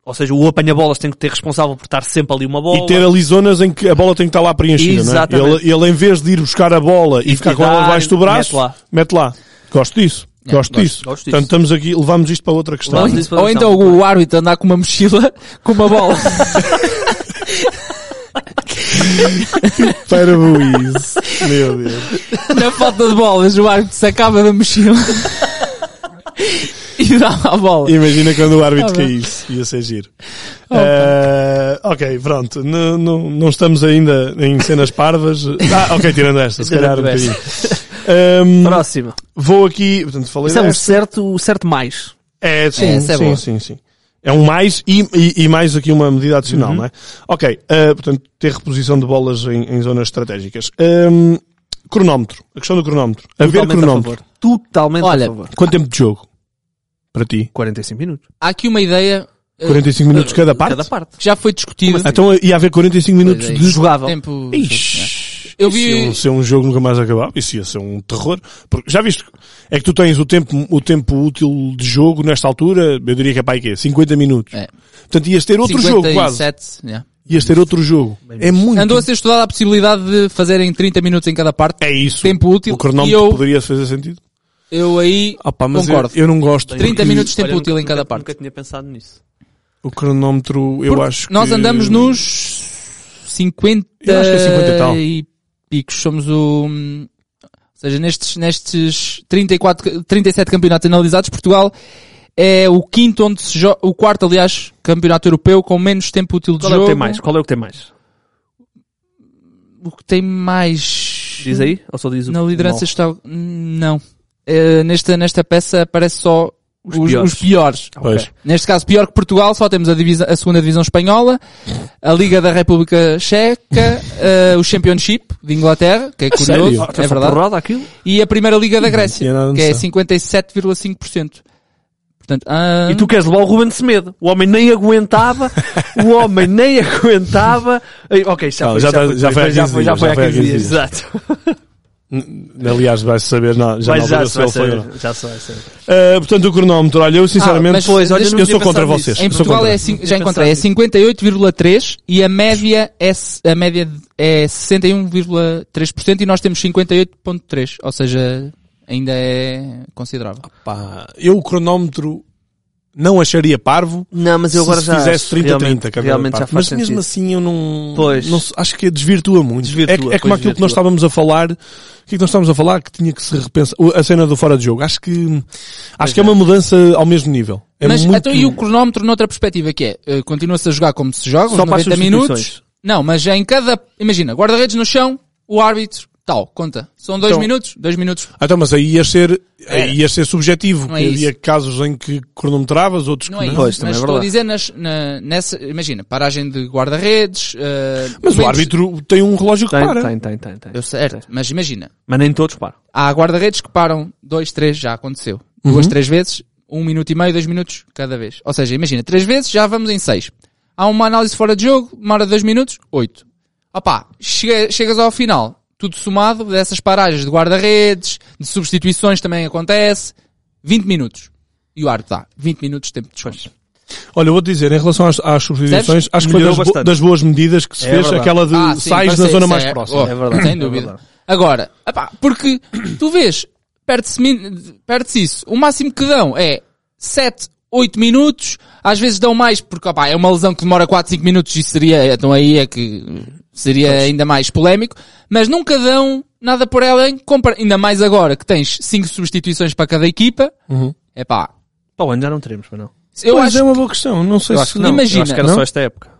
ou seja, o apanha-bolas tem que ter responsável por estar sempre ali uma bola.
E ter ali zonas em que a bola tem que estar lá preenchida, não é?
Exatamente.
Ele, ele em vez de ir buscar a bola e,
E
ficar
te
com ela
dá,
debaixo do
mete
braço, mete lá.
lá.
Gosto disso.
É,
gosto,
gosto-
disso.
gosto disso.
Portanto, estamos aqui, levamos isto para outra questão.
Levamos isto para-
Ou então o árbitro andar com uma mochila com uma bola.
Para o Luís. Meu Deus.
Na falta de bolas, o árbitro sacava da mochila e dava a bola. Oh,
Imagina quando o árbitro
Ah,
Tá
bem.
caísse, ia ser giro. Eh, ok, pronto. Não, não, não estamos ainda em cenas parvas. Ah, ok, tirando esta, se calhar um
Tirando
bocadinho.
esta.
Ehm,
Próxima.
vou aqui, portanto, falei
Isso é um
desta.
certo, o certo mais.
É, sim,
essa é
sim,
boa.
sim, sim. É um mais e, e, e mais aqui uma medida adicional,
Uhum.
não é? Ok, eh, portanto, ter reposição de bolas em, em zonas estratégicas. Ehm, cronómetro, a questão do cronómetro. Haver
Totalmente a
cronómetro.
favor. Totalmente
Olha,
a favor.
Quanto tempo de jogo? Para ti?
45 minutos.
Há aqui uma ideia eh,
45 minutos cada parte?
Cada parte.
que já foi discutida.
Então ia haver 45 minutos
Pois é,
de
Jogável.
Tempo...
Ixi,
né? Eu
isso
vi-
ia ser um jogo que nunca mais acabava, isso ia ser um terror. Porque, já viste, é que tu tens o tempo, o tempo útil de jogo nesta altura, eu diria que é para aí quê? 50 minutos.
É.
Portanto, ias ter outro jogo quase.
57, yeah.
Ias ter outro jogo. É muito.
Andou a ser estudada a possibilidade de fazerem 30 minutos em cada parte.
É isso.
Tempo útil.
O cronómetro
E eu-
poderia fazer sentido.
Eu aí
mas eu,
concordo.
eu não gosto.
30
porque
minutos de tempo
Olha,
útil em
nunca-
cada
Nunca
parte.
tinha pensado nisso.
O cronómetro, eu
Porque
acho que...
Nós andamos nos 50,
Eu acho que é 50 e tal.
e picos. Somos o... hum, Ou seja, nestes, nestes 34, 37 campeonatos analisados, Portugal é o quinto onde se joga, o quarto, aliás, campeonato europeu com menos tempo útil de
Qual é
jogo.
o que tem mais? Qual é o que tem mais?
O que tem mais...
Diz aí? Ou só diz o
Na
o
liderança
mau?
está... hum, Não. Eh, nesta, nesta peça aparece só os, os piores.
piores.
Pois.
Ok.
Neste caso, pior que Portugal, só temos a, divisa, a segunda divisão espanhola, a Liga da República Checa, eh, o Championship de Inglaterra, que é curioso,
sério? tá
Ah,
é
foi
verdade,
porrada aquilo?
e a Primeira Liga da
tinha
Grécia,
nada
que é
noção.
57,5%. Portanto, ah,
E tu queres levar o Ruben Semedo. O homem nem aguentava. o homem nem aguentava. Ei, Ok, já
Não,
foi.
já tá- já foi há 15
já foi, já
dias,
foi
já
há
foi há
15 dias.
15 dias.
Exato.
N- Aliás, vais saber na, já
Vai,
na
já
altura
se
se ele foi
vai
ou não.
saber. Já se vai saber.
Uh, portanto, o cronómetro, olha, eu
Ah,
sinceramente,
mas pois, olha,
eu,
não
sou
tinha
contra
pensado nisso.
vocês.
em
sou
Portugal
contra.
é, cin-
Não
já
tinha
encontrei, é
pensado
58,3% e a média é, s- a média é 61,3% e nós temos 58,3%, ou seja, ainda é considerável.
Pá, eu o cronómetro não acharia parvo
Não, mas eu agora
se
já.
fizesse 30
realmente,
30 cada
Realmente
parte.
já faz
Mas mesmo
sentido.
assim eu não,
Pois.
não- acho que desvirtua muito.
Desvirtua,
é, que- é
pois,
como aquilo que nós
desvirtua.
estávamos a falar, o que é que nós estávamos a falar que tinha que se repensar, o- a cena do fora de jogo. Acho que acho que é uma mudança ao mesmo nível. É
mas
muito
então e o cronómetro noutra perspectiva que é, eh, continua-se a jogar como se joga,
Só
os
para as
90 minutos.
substituições.
Não, mas em cada, imagina, guarda-redes no chão, o árbitro, tal, conta. São dois
Então-
minutos, dois minutos.
Ah, Então, mas aí ia ser,
É.
aí ia ser subjetivo.
Não
que
é
havia casos em que cronometravas, outros
Não
que
é
não.
isso,
Pois, também
mas
é
estou a
verdade.
dizer nas, na- nessa, imagina, paragem de guarda-redes, eh,
Mas o
momentos-
árbitro tem um relógio que para.
Tem, tem, tem, tem, tem.
Eu certo, mas imagina,
Mas nem todos param.
há guarda-redes que param dois, três, já aconteceu. Duas, três vezes, um minuto e meio, dois minutos cada vez. Ou seja, imagina, três vezes, já vamos em seis. Há uma análise fora de jogo, demora dois minutos, oito. Opá, chega- chegas ao final, tudo somado dessas paragens de guarda-redes, de substituições também acontece, 20 minutos. E o árbitro dá 20 minutos de tempo de desconto.
Olha, eu vou-te dizer, em relação às, às substituições,
Percebes?
acho que foi
Melhorou
das, bo-
bastante.
das boas medidas que se
É
fez,
verdade.
aquela de
Ah,
sais
sim,
na
parece-
zona
isso
mais
é-
próxima.
oh,
É verdade,
Sem
é
dúvida.
verdade.
Agora, epá, porque tu vês, perde-se min- perde-se isso. O máximo que dão é 7, 8 minutos, às vezes dão mais, porque opá, é uma lesão que demora 4, 5 minutos e seria, então aí é que seria ainda mais polémico, mas nunca dão nada por ela, em compara- ainda mais agora que tens 5 substituições para cada equipa,
Uhum.
é pá,
Para o ano já não teremos, mas não.
eu
Pois
acho
é uma boa questão. Não sei
Eu
se
acho que não.
Imagina.
Eu acho que era
Não?
só esta época.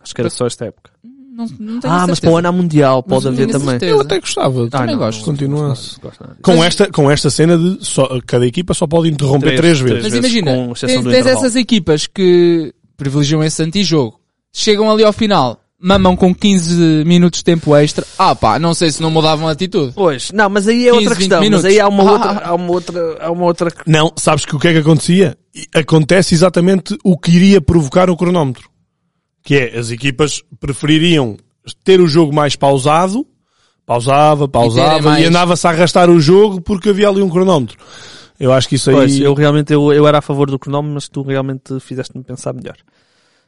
Acho que era só esta época.
não, não tenho
Ah, mas para
certeza.
o ano há mundial, pode
não
haver
tenho
também.
certeza.
Eu até gostava.
também gosto.
Continuasse.
Ah, Gosto, não é?
Com esta, com esta cena de só, cada equipa só pode interromper três,
Três-
vezes.
três
Mas
vezes,
imagina,
com exceção
tens,
do
tens
intervalo.
essas equipas que privilegiam esse antijogo, chegam ali ao final, mamam com 15 minutos de tempo extra, ah pá, não sei se não mudavam a atitude.
Pois, não, mas aí é
15,
outra questão.
20
Mas aí há uma
minutos.
outra, há uma outra, há uma outra.
Não, sabes que o que é que acontecia? E Acontece exatamente o que iria provocar o cronómetro. Que é, as equipas prefeririam ter o jogo mais pausado, pausava, pausava, e,
mais-
andava-se a arrastar o jogo porque havia ali um cronómetro. Eu acho que isso aí...
Pois, eu realmente, eu, eu era a favor do cronómetro, mas tu realmente fizeste-me pensar melhor.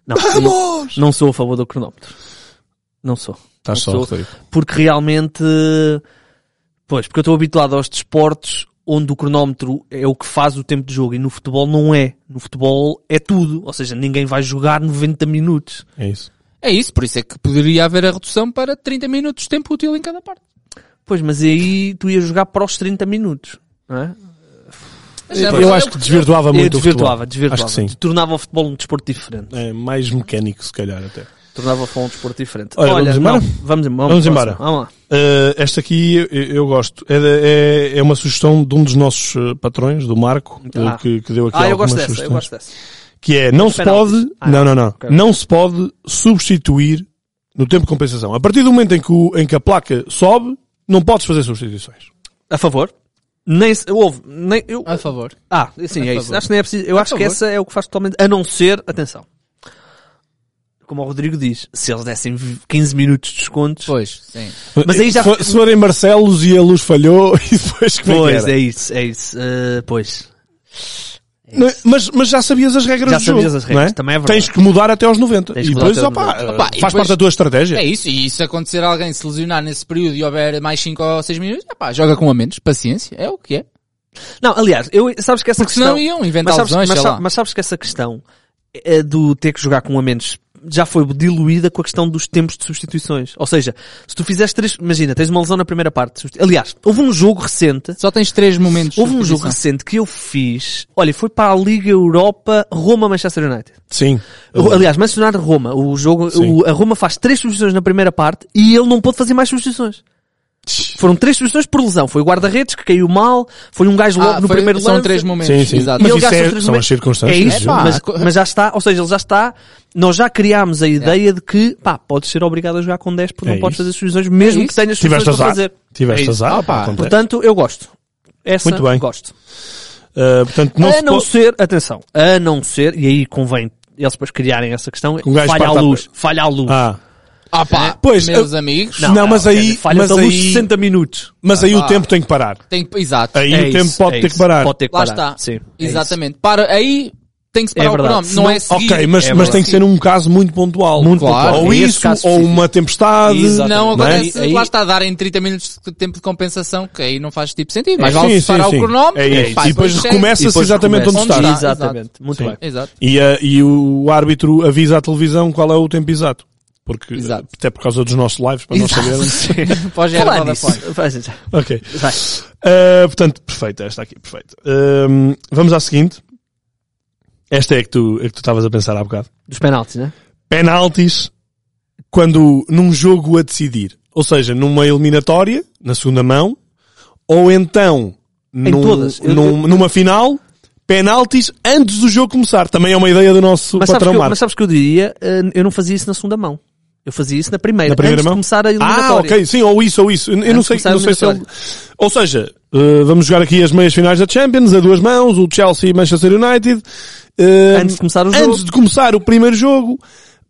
Não, eu não, não sou a favor do cronómetro. Não sou.
Estás tá
não
só,
sou.
Rodrigo.
porque realmente, pois, porque eu estou habituado aos desportos onde o cronómetro é o que faz o tempo de jogo e no futebol não é. No futebol é tudo, ou seja, ninguém vai jogar 90 minutos.
É isso.
É isso, por isso é que poderia haver a redução para 30 minutos de tempo útil em cada parte.
Pois, mas aí tu ias jogar para os 30 minutos, não é?
Mas é na verdade,
Eu acho que desvirtuava
Eu
muito
desvirtuava,
o futebol.
desvirtuava.
Acho que sim.
Tornava o futebol um desporto diferente.
É mais mecânico, se calhar, até.
Tornava o futebol um desporto diferente.
Olha, vamos embora?
não, vamos embora.
Vamos
para a
embora.
próxima. Vamos lá.
Uh, esta aqui eu, eu gosto. É, da- é, é uma sugestão de um dos nossos uh, patrões, do Marco,
Ah.
uh, que, que deu aqui
Ah, eu
algumas
gosto dessa,
sugestões.
eu gosto dessa.
Que é, não se
penaltis.
pode...
Ah,
não, não, não.
ok.
Não se pode substituir no tempo de compensação. A partir do momento em que, o- em que a placa sobe, não podes fazer substituições.
A favor? Nem se, houve, nem, eu,
A favor.
Ah, sim, é isso.
favor.
Acho que nem é preciso. Eu acho que
favor.
essa é o que faz totalmente. A não ser, atenção. Como o Rodrigo diz, se eles dessem 15 minutos de descontos.
Pois, sim.
Mas aí já-
Se for- Se forem Barcelos e a luz falhou, e depois como é que
Pois,
era?
é isso, é isso. Eh, pois.
Não é? mas, mas já sabias as regras
Já
do jogo.
sabias as regras,
não
também é verdade.
Tens que mudar até aos 90.
Tens
e
que mudar
depois,
até aos
opá,
90.
Opá,
eh,
e
faz
depois-
parte da tua estratégia.
É isso, e se acontecer alguém se lesionar nesse período e houver mais 5 ou 6 minutos, epá, joga com um a menos, paciência, é o que é.
Não, aliás, eu, sabes que essa
Porque
questão.
senão iam
mas,
inventar
sabes,
lesões,
mas
sei
sa-
lá.
mas sabes que essa questão eh, do ter que jogar com um a menos já foi diluída com a questão dos tempos de substituições. Ou seja, se tu fizeres três. Imagina, tens uma lesão na primeira parte. substitu- Aliás, houve um jogo recente
Só tens 3 momentos. de
Houve um jogo
substituição.
recente que eu fiz. Olha, foi para a Liga Europa Roma-Manchester United.
Sim.
Ro- Aliás, Manchester United-Roma. O jogo,
Sim.
o- a Roma faz três substituições na primeira parte e ele não pôde fazer mais substituições. Foram três substituições por lesão. Foi o guarda-redes que caiu mal, foi um gajo logo
Ah,
no
foi-
primeiro
São
lance.
3 momentos,
Sim, sim.
exato.
E
Mas
ele
isso
gasta
é-
os três
são
momentos.
as circunstâncias
É
do
isso,
jogo.
mas, mas já está, ou seja, ele já está, nós já criámos a ideia
É.
de que, pá, podes ser obrigado a jogar com 10 porque
É
não podes
isso.
fazer substituições, mesmo
É
que tenhas
Tiveste
substituições para
azar.
fazer.
Tiveste
É isso.
azar.
Ah, pá.
acontece.
Portanto, eu gosto. Essa
Muito bem.
gosto.
Uh, portanto, não
a
se
Ah, não
pode-
ser, atenção, a não ser, e aí convém eles depois criarem essa questão,
um gajo
falha à
parta a
luz, falha à luz.
Ah.
Ah pá,
Pois,
meus
eu-
amigos,
Não, mas
quer
aí-
dizer, falha-te
mas
a luz
aí-
60 minutos.
Mas aí
pá.
o tempo tem que parar.
tem que, exato.
Aí
É
o tempo
isso,
pode
é
ter
isso.
que parar.
Pode ter que
Lá
parar.
está.
Sim, é
Exatamente. Para, aí tem que se parar
É
o
verdade.
cronómetro, não é
Senão-
seguir.
Ok, mas,
É
mas
verdade.
tem que ser um caso muito pontual.
Muito
Claro. pontual.
Ou
É esse
isso,
caso
ou
específico.
uma tempestade.
Exato.
Não,
Não é?
acontece,
Aí-
lá está, darem 30 minutos de tempo de compensação, que aí não faz tipo sentido. Mas
É,
vale
sim,
parar
sim,
o
sim.
cronómetro,
É isso.
pá,
E depois
segue.
recomeça-se
um depois
exatamente
recomeça.
onde está.
Onde está.
Exatamente. Muito
Sim.
bem.
Exato.
E, a- e o árbitro avisa à televisão qual é o tempo exato. Porque,
Exato.
até por causa dos nossos lives, para
Exato.
nós sabermos.
Pode gerar
Falar
uma
nisso.
Vodafone.
Faz isso.
Ok.
Vai.
Uh, portanto, perfeita esta aqui, perfeita. Um, vamos à seguinte. Esta é que tu é que tu estavas a pensar há bocado.
Dos penaltis, né?
penaltis quando num jogo a decidir, ou seja, numa eliminatória, na segunda mão, ou então num-
todas. Eu-
num-
eu-
numa final, penaltis antes do jogo começar. Também é uma ideia do nosso
Mas sabes,
patrão
que eu,
Marco.
mas sabes que eu diria, eh, eu não fazia isso na segunda mão. Eu fazia isso na primeira,
Na primeira
antes
mão?
de começar a eliminatória.
Ah, ok, sim, ou isso, ou isso. Eu, eu não
Antes
sei,
de começar
não
a
sei se ele... Ou seja, eh, vamos jogar aqui as meias finais da Champions, a duas mãos, o Chelsea e Manchester United. Eh,
Antes de começar o
Antes
jogo.
de começar o primeiro jogo,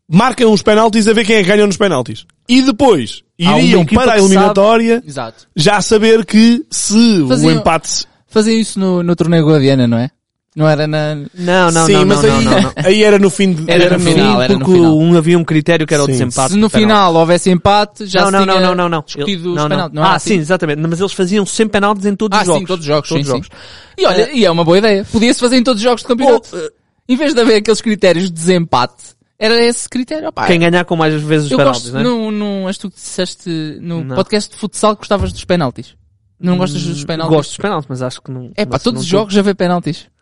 marcam os penaltis a ver quem é que ganhou nos penaltis. E depois
uma
iriam
equipa
para a
que sabe-
eliminatória
Exato.
já a saber que se
Faziam-
o empate... se-
Faziam isso no, no torneio Guadiana, não é? Não era na...
Não, não,
Sim,
não,
mas
não,
aí,
não, não.
aí era no fim de...
Era
Era
no
no
final,
fim,
era no
porque
final.
um havia um critério que era o
Sim.
desempate.
Se no
do penalti.
final houvesse empate, já
não,
se
não,
tinha
não, não, não, não. Ele-
discutido os
não, não.
penaltis. Não
ah,
era assim?
sim, exatamente. Mas eles faziam sempre penaltis em todos
Ah,
os jogos.
sim, todos os jogos.
Todos
sim,
os
sim. E olha, e é uma boa ideia. Podia-se fazer em todos os jogos de campeonato.
Ou, eh,
em vez de haver aqueles critérios de desempate, era esse critério. Opá,
Quem ganhar com mais vezes os
Ah, é. eu
penaltis,
gosto,
não é?
não, não, és tu que disseste no
Não. Hum,
podcast de futsal que gostavas dos penaltis. Não gostas dos penaltis?
Gosto dos penaltis, mas acho que não.
É pá,
mas
todos
não
os jogos haver penaltis.
tô-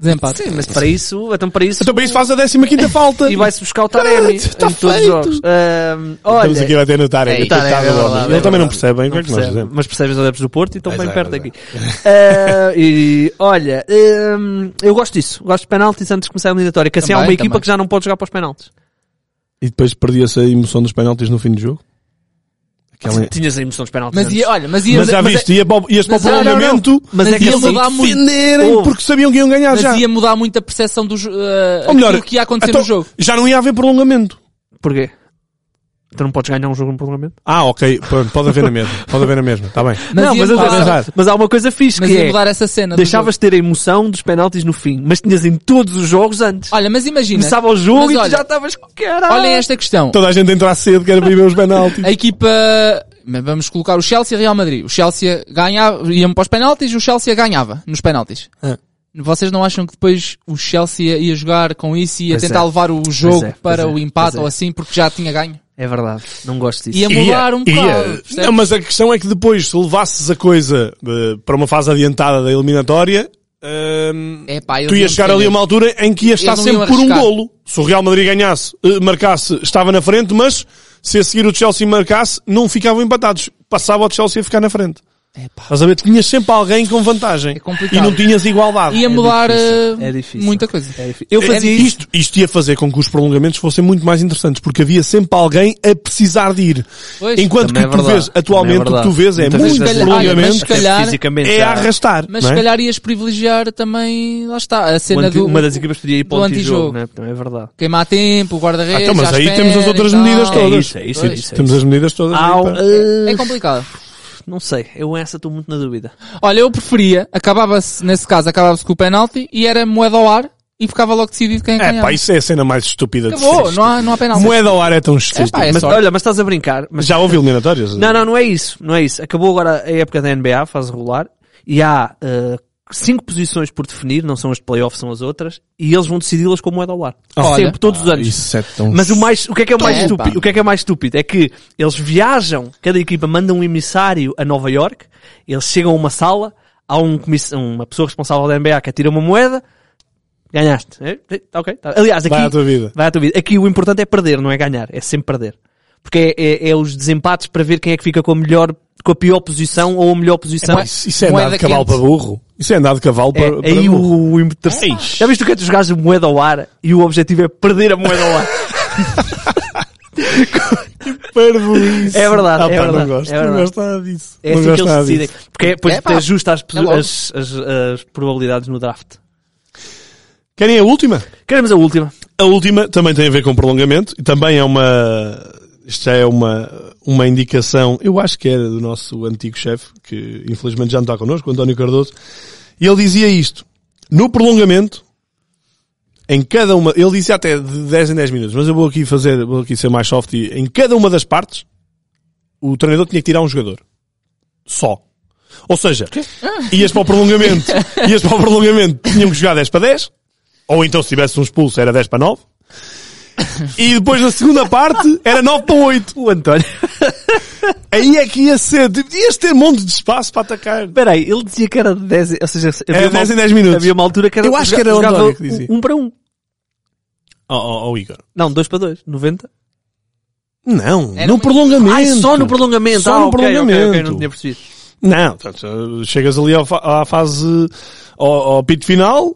Desempate.
Sim, mas para isso, então para isso.
Então para isso faz a 15 quinta falta.
E vai-se buscar o Taremi
Pronto, tá
em todos os
feito.
jogos. Ahm,
Estamos
olha,
aqui a bater no Taremi.
É, Taremi,
coitado
é
do homem.
verdade,
Ele
é
também não
verdade.
percebe bem o que
não
é que nós
percebe,
dizemos.
mas percebes os adeptos do Porto e estão bem
é,
perto
pois
aqui. Ah, e olha, ahm, eu gosto disso. Gosto de penaltis antes de começar a eliminatória. Que assim há
Também,
uma equipa
também.
que já não pode jogar para os penaltis.
E depois perdia-se a emoção dos penaltis no fim do jogo. Aquela...
Tinhas a emoção dos penaltis.
Mas
antes.
ia, olha, é mas ia,
Mas já
mas é-
viste, ia para o- ia-se para o
mas- não, não, não.
prolongamento
Mas é
mas
que
ia
assim-
mudar muito.
defenderem
Ouve.
porque sabiam que iam ganhar já.
Mas ia mudar muito a percepção do jo- eh,
Ou melhor,
aquilo que ia acontecer
então,
no jogo.
já não ia haver prolongamento.
Porquê? Tu não podes ganhar um jogo no prolongamento?
Ah, ok, pronto, pode haver na mesma, pode haver na mesma, está bem.
Mas
não,
ia
mas,
mudar-
há, mas há uma coisa fixe
Mas
que
ia
é,
mudar essa cena. do
deixavas de ter a emoção dos penaltis no fim, mas tinhas em todos os jogos antes.
jogo. Olha, mas imagina.
Começava o jogo
mas
e tu
olha,
já estavas caralho.
Olhem esta questão.
Toda a gente entrar cedo, quer viver os penaltis.
A equipa. mas Vamos colocar o Chelsea e Real Madrid. O Chelsea ganhava, iam para os penaltis, o Chelsea ganhava nos penaltis.
Ah.
Vocês não acham que depois o Chelsea ia jogar com isso e ia
Pois
tentar
é.
levar o jogo
é, pois
para
é,
o empate
pois é.
ou assim porque já tinha ganho?
É verdade, não gosto disso.
Ia mudar um bocado. percebes?
Não, mas a questão é que depois, se levasses a coisa eh, para uma fase adiantada da eliminatória, ehm,
É pá, eles
tu
iam
ias chegar ali a
defender.
uma altura em que ia estar
não iam
sempre por um
arriscar.
golo. Se o Real Madrid ganhasse, eh, marcasse, estava na frente, mas se a seguir o Chelsea marcasse, não ficavam empatados. Passava o Chelsea a ficar na frente.
Epá.
Estás a ver? Tinhas sempre alguém com vantagem.
É complicado.
e não tinhas igualdade.
Ia mudar
difícil,
eh,
é difícil.
muita coisa.
Eu
É
fazia
difícil. isto, isto ia fazer com que os prolongamentos fossem muito mais interessantes, porque havia sempre alguém a precisar de ir.
Pois,
Enquanto que
também
o
é
que tu
verdade,
vês, atualmente,
também é
o que tu vês é
verdade.
muito
Muitas vezes é
prolongamento,
se calhar-
fisicamente
é
já-
a arrastar.
Mas
não
se
é?
calhar ias privilegiar também, lá está, a
O
cena
anti-
do.
uma das equipas podia ir para
do
o antijogo,
antijogo.
né? Também é verdade.
Queimar tempo, o guarda-redes.
Ah, então, mas
à
aí
espera
temos as outras
e tal.
medidas todas.
É isso, é isso, é isso. é
Temos
isso.
as medidas todas.
Há
aí
um-
para-
eh,
É complicado.
não sei, eu essa estou muito na dúvida.
Olha, eu preferia, acabava-se, nesse caso, acabava-se com o penalti e era moeda ao ar e ficava logo decidido quem é que
É
ganhava.
pá, isso é a cena mais estúpida de
Acabou,
sempre.
não há, não há penalti.
Moeda ao ar é tão estúpido.
pá, é
Mas
só-
Olha, mas estás a brincar. Mas...
já houve eliminatórias?
Não, não, não é isso. Não é isso. Acabou agora a época da NBA, fase regular, e há eh, cinco posições por definir, não são as de playoffs, são as outras, e eles vão decidi-las com moeda ao ar.
Olha.
Sempre, todos os anos.
Isso é tão Então,
Mas o mais, o que é que é o mais
É, pá.
estúpido? O que é que é mais estúpido? É que eles viajam, cada equipa manda um emissário a Nova York, eles chegam a uma sala, há um comiss- uma pessoa responsável da NBA que atira uma moeda, ganhaste. É, é, tá ok. tá. Aliás, aqui,
Vai à tua vida.
vai à tua vida. Aqui o importante é perder, não é ganhar, é sempre perder. Porque é, é- é os desempates para ver quem é que fica com a melhor, com a pior posição ou a melhor posição.
Pá, isso, isso é
Moeda
andar de cavalo
quente.
para burro. Isso é andar de cavalo
É,
para, para
aí
burro.
o, o terceiro. Já viste o que é tu jogares a moeda ao ar e o objetivo é perder a moeda ao ar?
Parvoíce.
É verdade,
Ah, pá,
é verdade,
Não gosto,
é
não
verdade.
gosto nada disso.
É
não
assim que
gosto
eles
nada
decidem.
disso.
Porque é, depois
É pá,
ajusta as,
logo.
as, as, as probabilidades no draft.
Querem a última?
Queremos a última.
A última também tem a ver com prolongamento e também é uma. Isto já é uma, uma indicação, eu acho que era do nosso antigo chefe, que infelizmente já não está connosco, o António Cardoso, e ele dizia isto. No prolongamento, em cada uma, ele dizia até de 10 em 10 minutos, mas eu vou aqui fazer, vou aqui ser mais soft, e em cada uma das partes, o treinador tinha que tirar um jogador. Só. Ou seja, ias para o prolongamento, ias para o prolongamento, tinham que jogar 10 para 10, ou então se tivesse um expulso era 10 para 9. E depois na segunda parte era 9 para 8.
O António.
Aí é que ia ser, tipo, ias ter um monte de espaço para atacar.
Espera aí, ele dizia que era 10, ou seja,
Era 10 em 10 minutos.
Havia uma altura que era,
Eu acho que
joga-
era o
jogava
António que dizia.
Um, um para um.
Oh, oh, oh, Igor.
Não, dois para dois. 90.
Não,
Era
no
um-
prolongamento.
Ai, só no prolongamento.
Só
ah,
no
ok, ok, ok,
prolongamento.
não tinha percebido.
Não, portanto, chegas ali ao fa- à fase, ao, ao pito final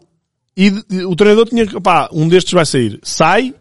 e de- o treinador tinha que, pá, um destes vai sair. Sai,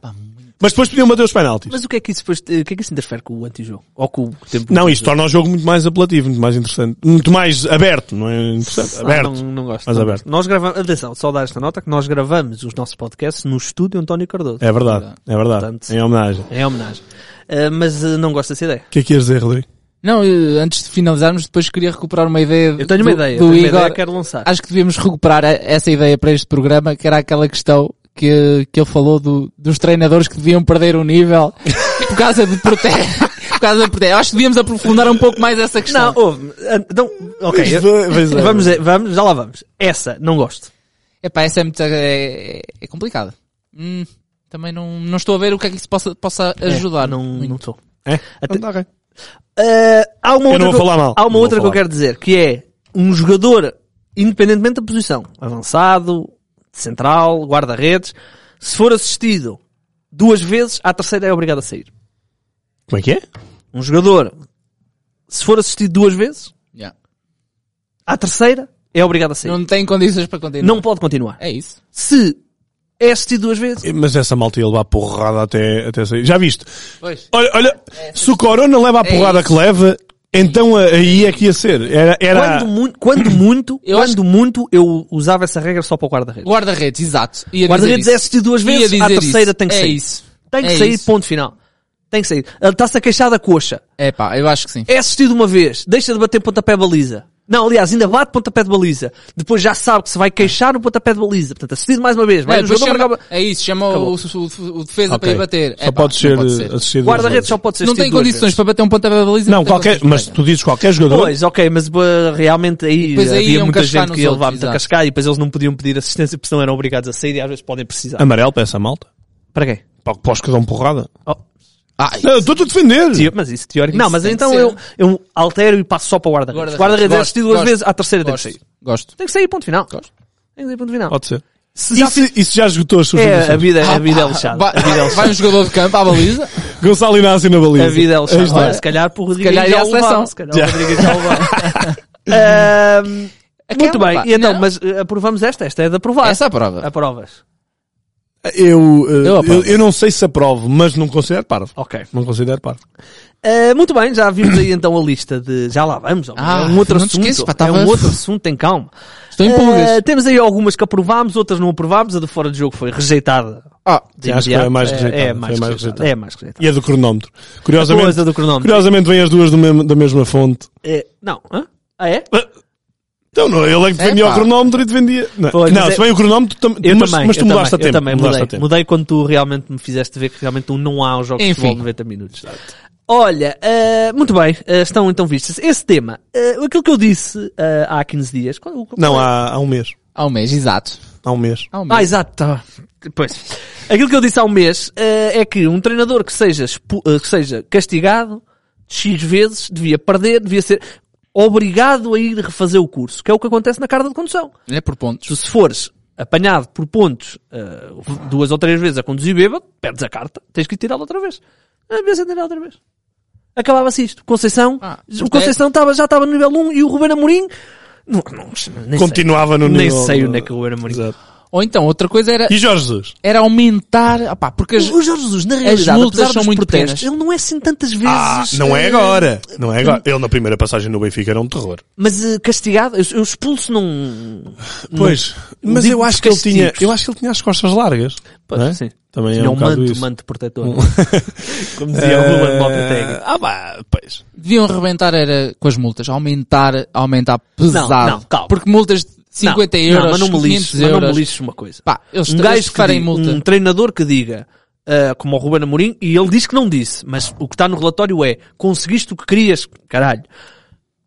mas depois podiam bater os penaltis.
Mas o que é que isso depois, o que é que isso interfere com o antijogo? Ou com o tempo?
Não, isto torna o jogo muito mais apelativo, muito mais interessante. Muito mais aberto, não é interessante?
Ah,
Aberto.
não, não gosto.
Mas
não
aberto.
gosto. Nós gravamos, atenção, só dar esta nota que nós gravamos os nossos podcasts no estúdio António Cardoso.
É verdade, é verdade.
Portanto-
em homenagem.
É homenagem. Ah, mas ah, não gosto dessa ideia.
O que é que ias dizer, Rodrigo?
Não, eh, antes de finalizarmos, depois queria recuperar uma ideia
Eu tenho
do,
uma
do
ideia, tenho uma
Igor.
ideia que quero lançar.
Acho que devíamos recuperar a- essa ideia para este programa, que era aquela questão que, que ele falou do- dos treinadores que deviam perder o nível por causa de protesto. por causa de protesto. Acho que devíamos aprofundar um pouco mais essa questão.
Não, ouve. ah, Então, ok. eh,
Pois é, pois é.
Vamos, vamos, já lá vamos. Essa, não gosto.
Epá, essa é muito, é, é- é complicada. Hum, também não, não estou a ver o que é que isso possa, possa ajudar.
não
muito.
não estou.
É?
Até-
Tá, ok.
Ah, há uma
Eu
outra,
não vou
que-
falar mal.
Há uma
Não
outra
vou
que eu quero dizer, que é um jogador, independentemente da posição, avançado, central, guarda-redes, se for assistido duas vezes, à terceira é obrigado a sair.
Como é que é?
Um jogador, se for assistido duas vezes,
Yeah.
à terceira é obrigado a sair. Não,
Não tem condições para continuar.
pode continuar.
É isso.
Se é assistido duas vezes,
Mas essa malta ia levar porrada até, até sair. Já viste?
Pois.
Olha, olha,
É,
se o Corona leva a porrada
isso.
que leva, então a- aí é que ia ser. Era, era...
quando, mu- quando muito,
Eu acho
quando muito, eu usava essa regra só para o guarda-redes.
Guarda-redes, exato. Ia dizer
Guarda-redes
isso.
é assistido duas
Ia
vezes, à
dizer
terceira
isso.
tem que
É
sair.
isso.
Tem que
É
sair,
isso.
ponto final. Tem que sair. Ele está-se a queixar da coxa.
É pá, eu acho que sim.
É assistido uma vez. Deixa de bater pontapé de baliza. Não, aliás, ainda bate pontapé de baliza. Depois já sabe que se vai queixar no pontapé de baliza. Portanto, assistido mais uma vez. Vai
É,
no
depois
jogador,
chama-
marca-
é isso, chama o, o- o defesa
Ok.
para ir
é
bater.
Só
Epá,
pode ser,
não pode
eh, assistido duas
Guarda-redes
vezes.
só pode ser
Se não tem
assistido duas
condições
vezes.
para bater um pontapé da baliza.
Não,
tem
qualquer,
condições
mas
para
tu dizes qualquer jogador.
Pois, ok, mas eh, realmente aí
Depois aí
havia
iam
muita
cascar
gente que
nos
ia levar
outros,
muito a
exato.
cascar e depois eles não podiam pedir assistência porque senão eram obrigados a sair e às vezes podem precisar.
Amarelo para essa malta.
Para quem?
Para para os que dão porrada.
bater. Ai,
Não, eu Estou-te a defender.
Teo- Mas isso teórico.
Isso
Não, mas
tem
então
que ser.
eu, eu altero e passo só para o guarda-redes.
Guarda-redes.
Guarda-redes é
Gosto,
assistido duas
gosto,
vezes, à terceira tem que sair.
gosto. Gosto.
Tem que sair, ponto final.
Gosto.
Tem que sair, ponto final.
Pode ser.
Oh, Se já
Isso, isso já esgotou as suas
É, a
intenções.
vida, a vida é lixada.
Ah, Vai,
A vida é
vai um
lixada.
jogador de campo à baliza.
Gonçalo Inácio na baliza.
A vida é
Aí
lixada.
está.
Olha, Se calhar por Rodrigo
calhar ia
já
à
o levava.
seleção.
Se calhar o Rodrigo já o levava. Ahm, Muito
Aquela,
bem.
pá.
E então,
Não.
mas eh, aprovamos esta? Esta é de aprovar.
Essa é a prova.
Aprovas.
Eu, eh, eu,
aprovo.
eu não sei se aprovo, mas não considero parvo.
Ok.
Não considero parvo.
Ah, muito bem, já vimos aí então a lista de. Já lá vamos, homem.
Ah,
é um outro
não te
assunto.
esqueças, pá,
é
tava-
um outro assunto, tem calma.
Estou em pulgas.
Ah, temos aí algumas que aprovámos, outras não aprovámos. A do fora de jogo foi rejeitada.
Ah,
de
acho que é
imediato.
a mais rejeitada.
É,
foi
mais
a mais
rejeitada.
rejeitada.
É a mais rejeitada.
E a do cronómetro.
Pois,
Curiosamente,
a do cronómetro.
curiosamente vem as duas do mesmo- da mesma fonte.
É, não, hã? Ah, é?
Então, não, ele é que defendia
É, pá.
o cronómetro e defendia. Não,
Pois,
não
mas
se
é-
bem o cronómetro, tam-
Eu
mas,
também,
mas tu mudaste
eu também,
a tempo.
Eu também
mudaste
mudei.
a tempo.
Mudei quando tu realmente me fizeste ver que realmente tu não há os jogos de
Enfim.
futebol de 90 minutos. Olha, eh, muito bem, eh, estão então vistas. Esse tema, eh, aquilo que eu disse eh, há 15 dias. qual- qual-
Não, há, há um mês.
Há um mês, exato.
Há um mês.
Há um mês.
Ah, exato. tá. Pois. Aquilo que eu disse há um mês eh, é que um treinador que seja, expu- eh, que seja castigado X vezes devia perder, devia ser obrigado a ir refazer o curso, que é o que acontece na carta de condução.
É por pontos.
Tu se fores apanhado por pontos eh, duas ou três vezes a conduzir bêbado, perdes a carta, tens que ir tirá-la outra vez. Ah, vez tirá outra vez. Acabava-se isto. Conceição,
Ah,
o Conceição tava- já estava no nível 1 e o Ruben Amorim... Não, não, nem
Continuava no
sei, nem
nível. um.
sei onde é que o Ruben Amorim...
Exato.
Ou então, outra coisa era,
E Jorge Jesus?
era aumentar, opá, porque as,
O Jorge Jesus, na realidade,
multas
apesar
são
dos
muito
protestos,
pequenas.
ele não é assim tantas vezes...
Ah, não é
eh,
agora. Não é agora. Ele na primeira passagem no Benfica era um terror.
Mas eh, castigado, eu, eu expulso num...
Pois, mas
digo
eu acho que ele
castigos.
tinha, eu acho que ele tinha as costas largas.
Pois,
não é?
sim.
Também
Tinha
é um,
um,
bocado
manto,
isso.
manto protetor.
Um-
Como dizia o Ruben Botetaga.
Ah, pá, pois.
deviam rebentar era com as multas, aumentar, aumentar pesado.
não, calma.
Porque multas de 50
não,
euros,
não, mas não me
500
lixes, mas
euros.
não me lixes uma coisa.
Pá, eles
um
eles
gajo que
farem
diga,
multa.
um treinador que diga, ah, como o Ruben Amorim, e ele diz que não disse, mas o que está no relatório é, conseguiste o que querias, caralho.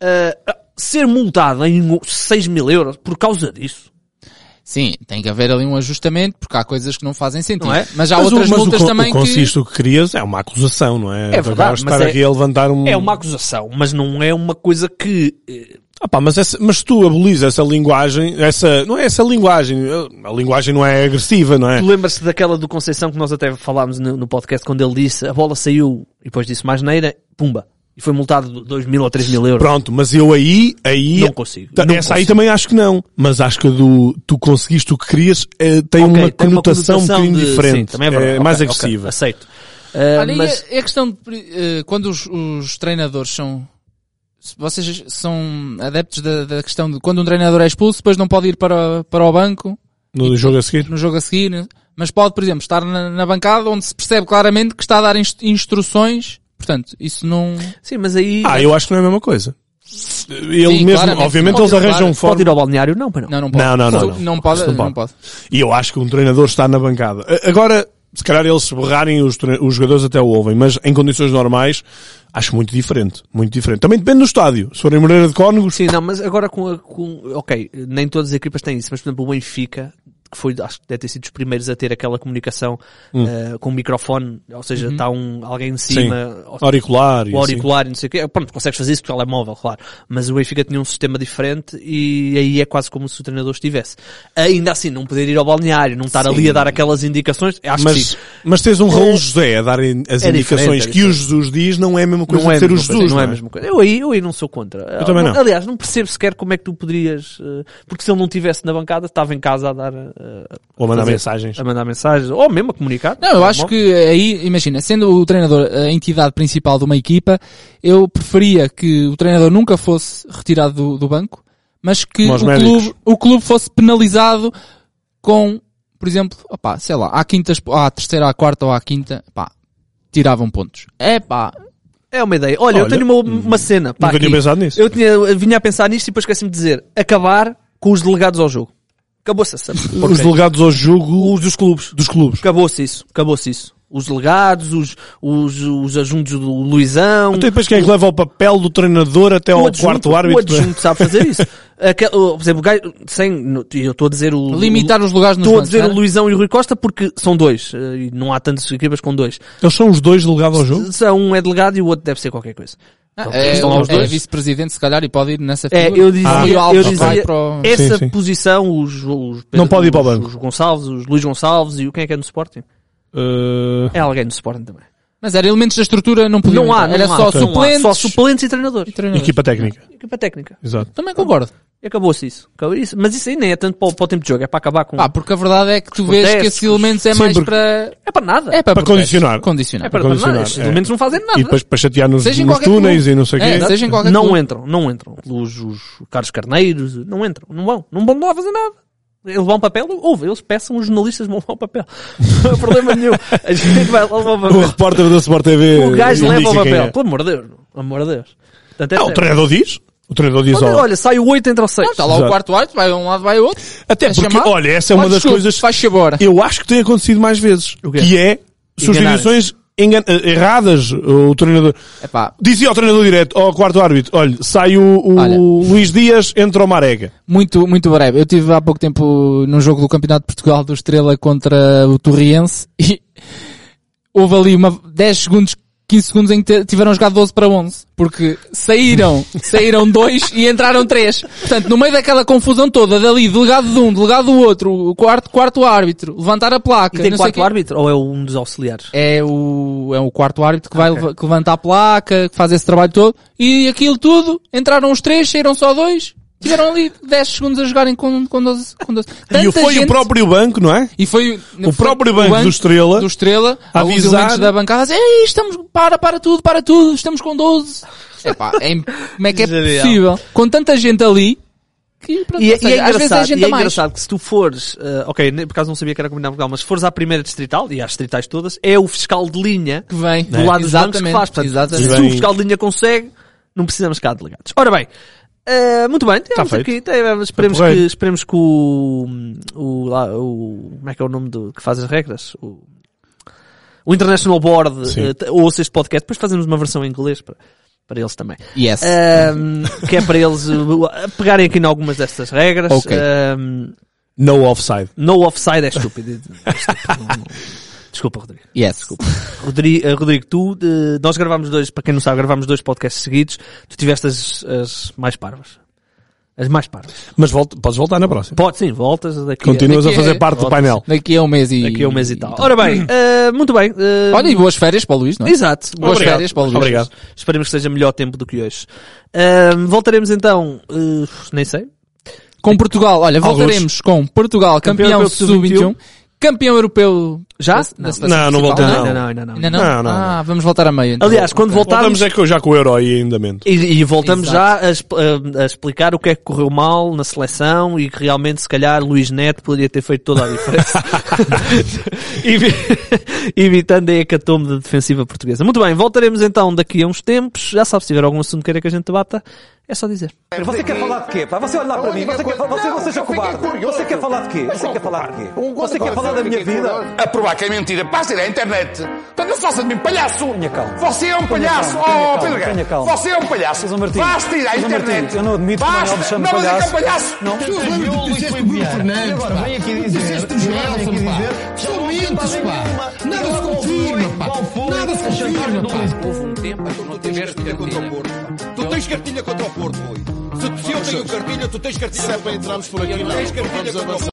Ah, ah, ser multado em 6 mil euros por causa disso.
Sim, tem que haver ali um ajustamento, porque há coisas que não fazem sentido.
Não é?
Mas há
Mas o-
outras
mas o
multas
con-
também
o
que...
consiste o que querias é uma acusação, não é? Agora
verdade, mas
estar
é-
aqui a levantar um.
É uma acusação, mas não é uma coisa que... eh,
Ah, pá, mas, essa, mas tu abolis essa linguagem, essa, não é essa linguagem, a linguagem não é agressiva, não é?
Tu lembras-te daquela do Conceição que nós até falámos no, no podcast quando ele disse a bola saiu e depois disse mais neira, pumba. E foi multado 2 mil ou 3 mil euros.
Pronto, mas eu aí, aí.
Não consigo,
Ta-
não
essa aí
consigo.
também acho que não. Mas acho que a do tu conseguiste o que querias eh, tem,
Ok,
uma,
tem uma
conotação um bocadinho
de- sim,
diferente.
também é verdade. Ok,
mais
ok,
agressiva.
aceito. Ah,
Olha, e
mas
a, e a questão de, pri- eh, quando os, os treinadores são, se vocês são adeptos da, da questão de quando um treinador é expulso, depois não pode ir para, para o banco
No jogo a seguir?
no jogo a seguir, né? mas pode, por exemplo, estar na, na bancada onde se percebe claramente que está a dar inst- instruções, portanto, isso não...
Sim, mas aí
Ah, eu acho que não é a mesma coisa. Ele mesmo,
claramente.
obviamente,
Pode
eles
ir ao
arranjam
bar,
forma.
pode ir ao balneário? Não, pois não.
Não, não pode.
Não, não, não, não.
pode,
Isso não
não pode.
pode. E eu acho que um treinador está na bancada. A- Agora, se calhar eles se borrarem os, tre- os jogadores até o ouvem, mas em condições normais acho muito diferente, muito diferente. Também depende do estádio. Se forem em Moreira de Cónegos,
Sim, não, mas agora com, a- com. Ok, nem todas as equipas têm isso, mas por exemplo o Benfica, que foi, acho que deve ter sido os primeiros a ter aquela comunicação eh, com o microfone, ou seja, está um, alguém em cima, ou-
auricular e
o
assim.
auricular e não sei o quê. Pronto, consegues fazer isso com o telemóvel, claro. Mas o Benfica tinha um sistema diferente e aí é quase como se o treinador estivesse. Ainda assim, não poder ir ao balneário, não estar ali a dar aquelas indicações, acho que
Mas,
sim.
mas tens um Raul José a dar in- as
é
indicações
diferente, é
que o Jesus diz, não é a mesma coisa
Não é,
de ser
a
o
mesma
Jesus.
coisa, não
não
é a
é?
mesma coisa. Eu aí, eu aí não sou contra. Eu
também não.
Aliás, não percebo sequer como é que tu poderias, eh, porque se ele não estivesse na bancada, estava em casa a dar, eh,
Ou mandar
fazer-
mensagens.
a mandar mensagens, ou mesmo a comunicar.
Não, eu
Tá
acho
bom.
que aí, imagina, sendo o treinador a entidade principal de uma equipa, eu preferia que o treinador nunca fosse retirado do, do banco, mas que
Como aos
o
médicos.
clube, o clube fosse penalizado com, por exemplo, opá, sei lá, à quinta, expo- à terceira, à quarta ou à quinta, pá, tiravam pontos. É pá,
É uma ideia. Olha, hum, eu
Olha,
tenho uma, uma cena. Pá,
Nunca tinha
aqui.
pensado nisso.
Eu tinha, vinha a pensar nisto e depois esqueci-me de dizer. Acabar com os delegados ao jogo. Acabou-se essa.
Os
porcaria.
delegados ao jogo dos clubes. Dos clubes.
Acabou-se isso. Acabou-se isso. Os delegados, os, os, os ajuntos do Luizão.
Então e depois quem é que leva o papel do treinador até
O
ao
adjunto-
quarto
O
árbitro?
adjunto sabe fazer isso. Aquele, o- por exemplo, o gajo- sem, no- e eu estou a dizer o...
limitar
o,
os lugares nos
Estou a
bancos.
dizer o
não é?
Luizão e o Rui Costa porque são dois. eh, E não há tantas equipas com dois.
Eles são os dois delegados ao jogo?
Se Um é delegado e o outro deve ser qualquer coisa.
Ah,
Pronto,
é,
Então, estão lá os
é
dois.
vice-presidente, se calhar, e pode ir nessa
É,
figura.
eu dizia,
O Rui
eu
Alves vai
dizia É,
para o-
essa
Sim, sim.
posição, os, os
Não pode ir para o
os-
banco.
Os Gonçalves, os Luís Gonçalves e o quem é que é no Sporting?
Uh,
É alguém no Sporting também.
Mas era elementos da estrutura, não podiam
Não há,
entrar.
não
Era
há, então,
só
não há.
suplentes.
Só suplentes e treinadores.
treinadores.
equipa técnica.
Equipa técnica.
Exato.
Também concordo.
E acabou-se isso. Acabou isso. Mas isso aí nem é tanto para o, para o tempo de jogo, é para acabar com.
Pá, porque a verdade é que tu vês que
protestos,
esses elementos é
sim,
mais
porque-
para...
É para nada.
É para,
Para
protestos.
condicionar.
Condicionar.
É para,
para
nada.
condicionar,
Esses
é.
elementos não fazem nada.
E depois para chatear nos,
Seja em
nos
qualquer clube.
túneis e não sei o
É,
quê.
seja em qualquer
não
clube.
entram, não entram. Os, os Carlos Carneiros, não entram, não vão, não vão lá fazer nada. Eles vão papel, ouve, eles peçam, os jornalistas vão lá o papel. Não há problema nenhum. A gente vai lá levar o
O
papel.
repórter da Sport TV.
O gajo
indica
leva o
quem
papel.
é.
Pelo amor de Deus, meu. pelo amor de Deus. Portanto, é
Não, o
sério.
treinador diz. O treinador diz,
Olha,
ó,
olha, sai o 8, entra o 6.
Está Tá lá
Exato.
o quarto árbitro, vai um lado, vai o outro.
Até
É
porque,
chamado.
olha, essa é uma
Olha,
das
desculpe,
coisas-
Faz-se embora.
eu acho que tem acontecido mais vezes.
O quê?
Que é substituições engan- eh, erradas. O treinador...
Epá,
Dizia ao treinador direto, ao quarto árbitro, olha, sai o, o
Olha.
Luís Dias, entra o Marega.
muito, muito breve. Eu estive há pouco tempo num jogo do Campeonato de Portugal do Estrela contra o Torriense e houve ali uma 10 segundos, 15 segundos em que te- tiveram jogado 12 para 11. Porque saíram, saíram dois e entraram três. Portanto, no meio daquela confusão toda, dali, delegado de um, delegado do outro, o quarto, quarto árbitro, levantar a placa.
E tem
não sei
quarto
quê.
árbitro? Ou é um dos auxiliares?
é o, é o quarto árbitro que vai leva- que levanta a placa, que faz esse trabalho todo. E aquilo tudo, entraram os três, saíram só dois, tiveram ali 10 segundos a jogarem com, com 12. Com 12.
E
Tanta
foi o
gente-
próprio banco, não é?
E foi
o próprio banco do Estrela
do Estrela,
a
alguns
avisar-
elementos da bancada, a dizer, Ei, estamos, para, para tudo, para tudo, estamos com 12. Epá, é, im- como é que é
Genial.
possível? Com tanta gente ali, que pronto,
E,
ou
é- e
seja,
é
às vezes
engraçado,
a gente
e é
a mais.
engraçado que se tu fores, eh, ok, nem- por acaso não sabia que era combinado Portugal, mas se fores à primeira distrital, e às distritais todas, é o fiscal de linha
Que vem
do lado dos bancos que
É. Exatamente,
faz. Portanto,
exatamente.
se o
Bem-
fiscal de linha consegue, não precisamos cá de delegados. Ora bem, eh, muito bem, temos
feito.
aqui, temos, esperemos,
Tá
que,
porreiro.
esperemos que o, o, lá, o- como é que é o nome do, que faz as regras? O, o International Board
Sim.
eh, te- ouça este podcast, depois fazemos uma versão em inglês para, para eles também.
Yes.
Ahm, que é para eles eh, pegarem aqui em algumas destas regras.
Ok.
Ahm,
No offside.
no offside é estúpido. Estúpido, não- não. Desculpa, Rodrigo.
yes. Desculpa.
Rodrigo, eh, Rodrigo tu, eh, nós gravámos dois, para quem não sabe, gravámos dois podcasts seguidos. Tu tiveste as, as mais parvas. As mais parvas.
Mas volta, podes voltar na próxima.
Pode, sim, voltas daqui. a-
Continuas a
Daqui é-
fazer parte do painel.
Daqui a um mês e...
Daqui a um mês e tal.
então.
Ora bem, eh, muito bem. eh,
Olha, e boas férias para o Luís, não é?
Exato.
Boas
Obrigado.
férias, Paulo Luís.
Obrigado.
Esperemos que seja melhor tempo do que hoje. Ahm, voltaremos então, eh, nem sei,
Com Portugal, olha, voltaremos com Portugal, campeão,
Campeão europeu
sub-21, campeão europeu.
Já?
da- da
Não.
seleção
Não, não
principal,
voltamos,
Ainda não, ainda não.
Ainda um. não?
Não, não,
Ah, vamos voltar a meio. então.
Aliás, quando voltarmos,
Voltamos é que eu já com o euro aí ainda mente.
E, e voltamos
Exato.
já a, exp- a- a explicar o que é que correu mal na seleção e que realmente, se calhar, Luís Neto poderia ter feito toda a diferença. Evi- Evitando a hecatombe da defensiva portuguesa. Muito bem, voltaremos então daqui a uns tempos. Já sabe, se tiver algum assunto que queira que a gente debata, É só dizer.
Você quer falar de quê? pá? Você olhar para mim, você quer falar, você, você é covarde. Você quer falar de quê? Você quer falar de quê?
Um
Você quer falar da minha vida?
A provar que é mentira. Passa ir à internet. Portanto, não se faça de mim palhaço.
Tenha calma.
Você é um
Tenha
palhaço.
calma, tenha calma,
Oh, Pedro
tenha
Guerra.
calma.
Você é um palhaço.
Sr. Martins,
Basta ir à
Sr. Martins,
internet.
eu não admito que o Manuel me
Basta.
chame
Não, mas é que é um
palhaço.
palhaço.
Não.
Tu lembra que disseste Bruno Fernandes,
agora
pá?
vem aqui
Tu
dizer-
Disseste os
vem aqui
Nelson,
dizer-
pá. São
um
mentes, pá. Nada se confirma, pá. Nada se confirma, pá.
Houve um tempo em que não
Tu tens
tiveste
cartilha contra o
cartilha.
Porto. Tu tens cartilha contra o Porto, Rui. Se, se eu tenho cartilha, tu tens cartilha contra o Porto.
entrarmos por
Tu
aqui, não.
tens cartilha
Vamos
contra o
avançar.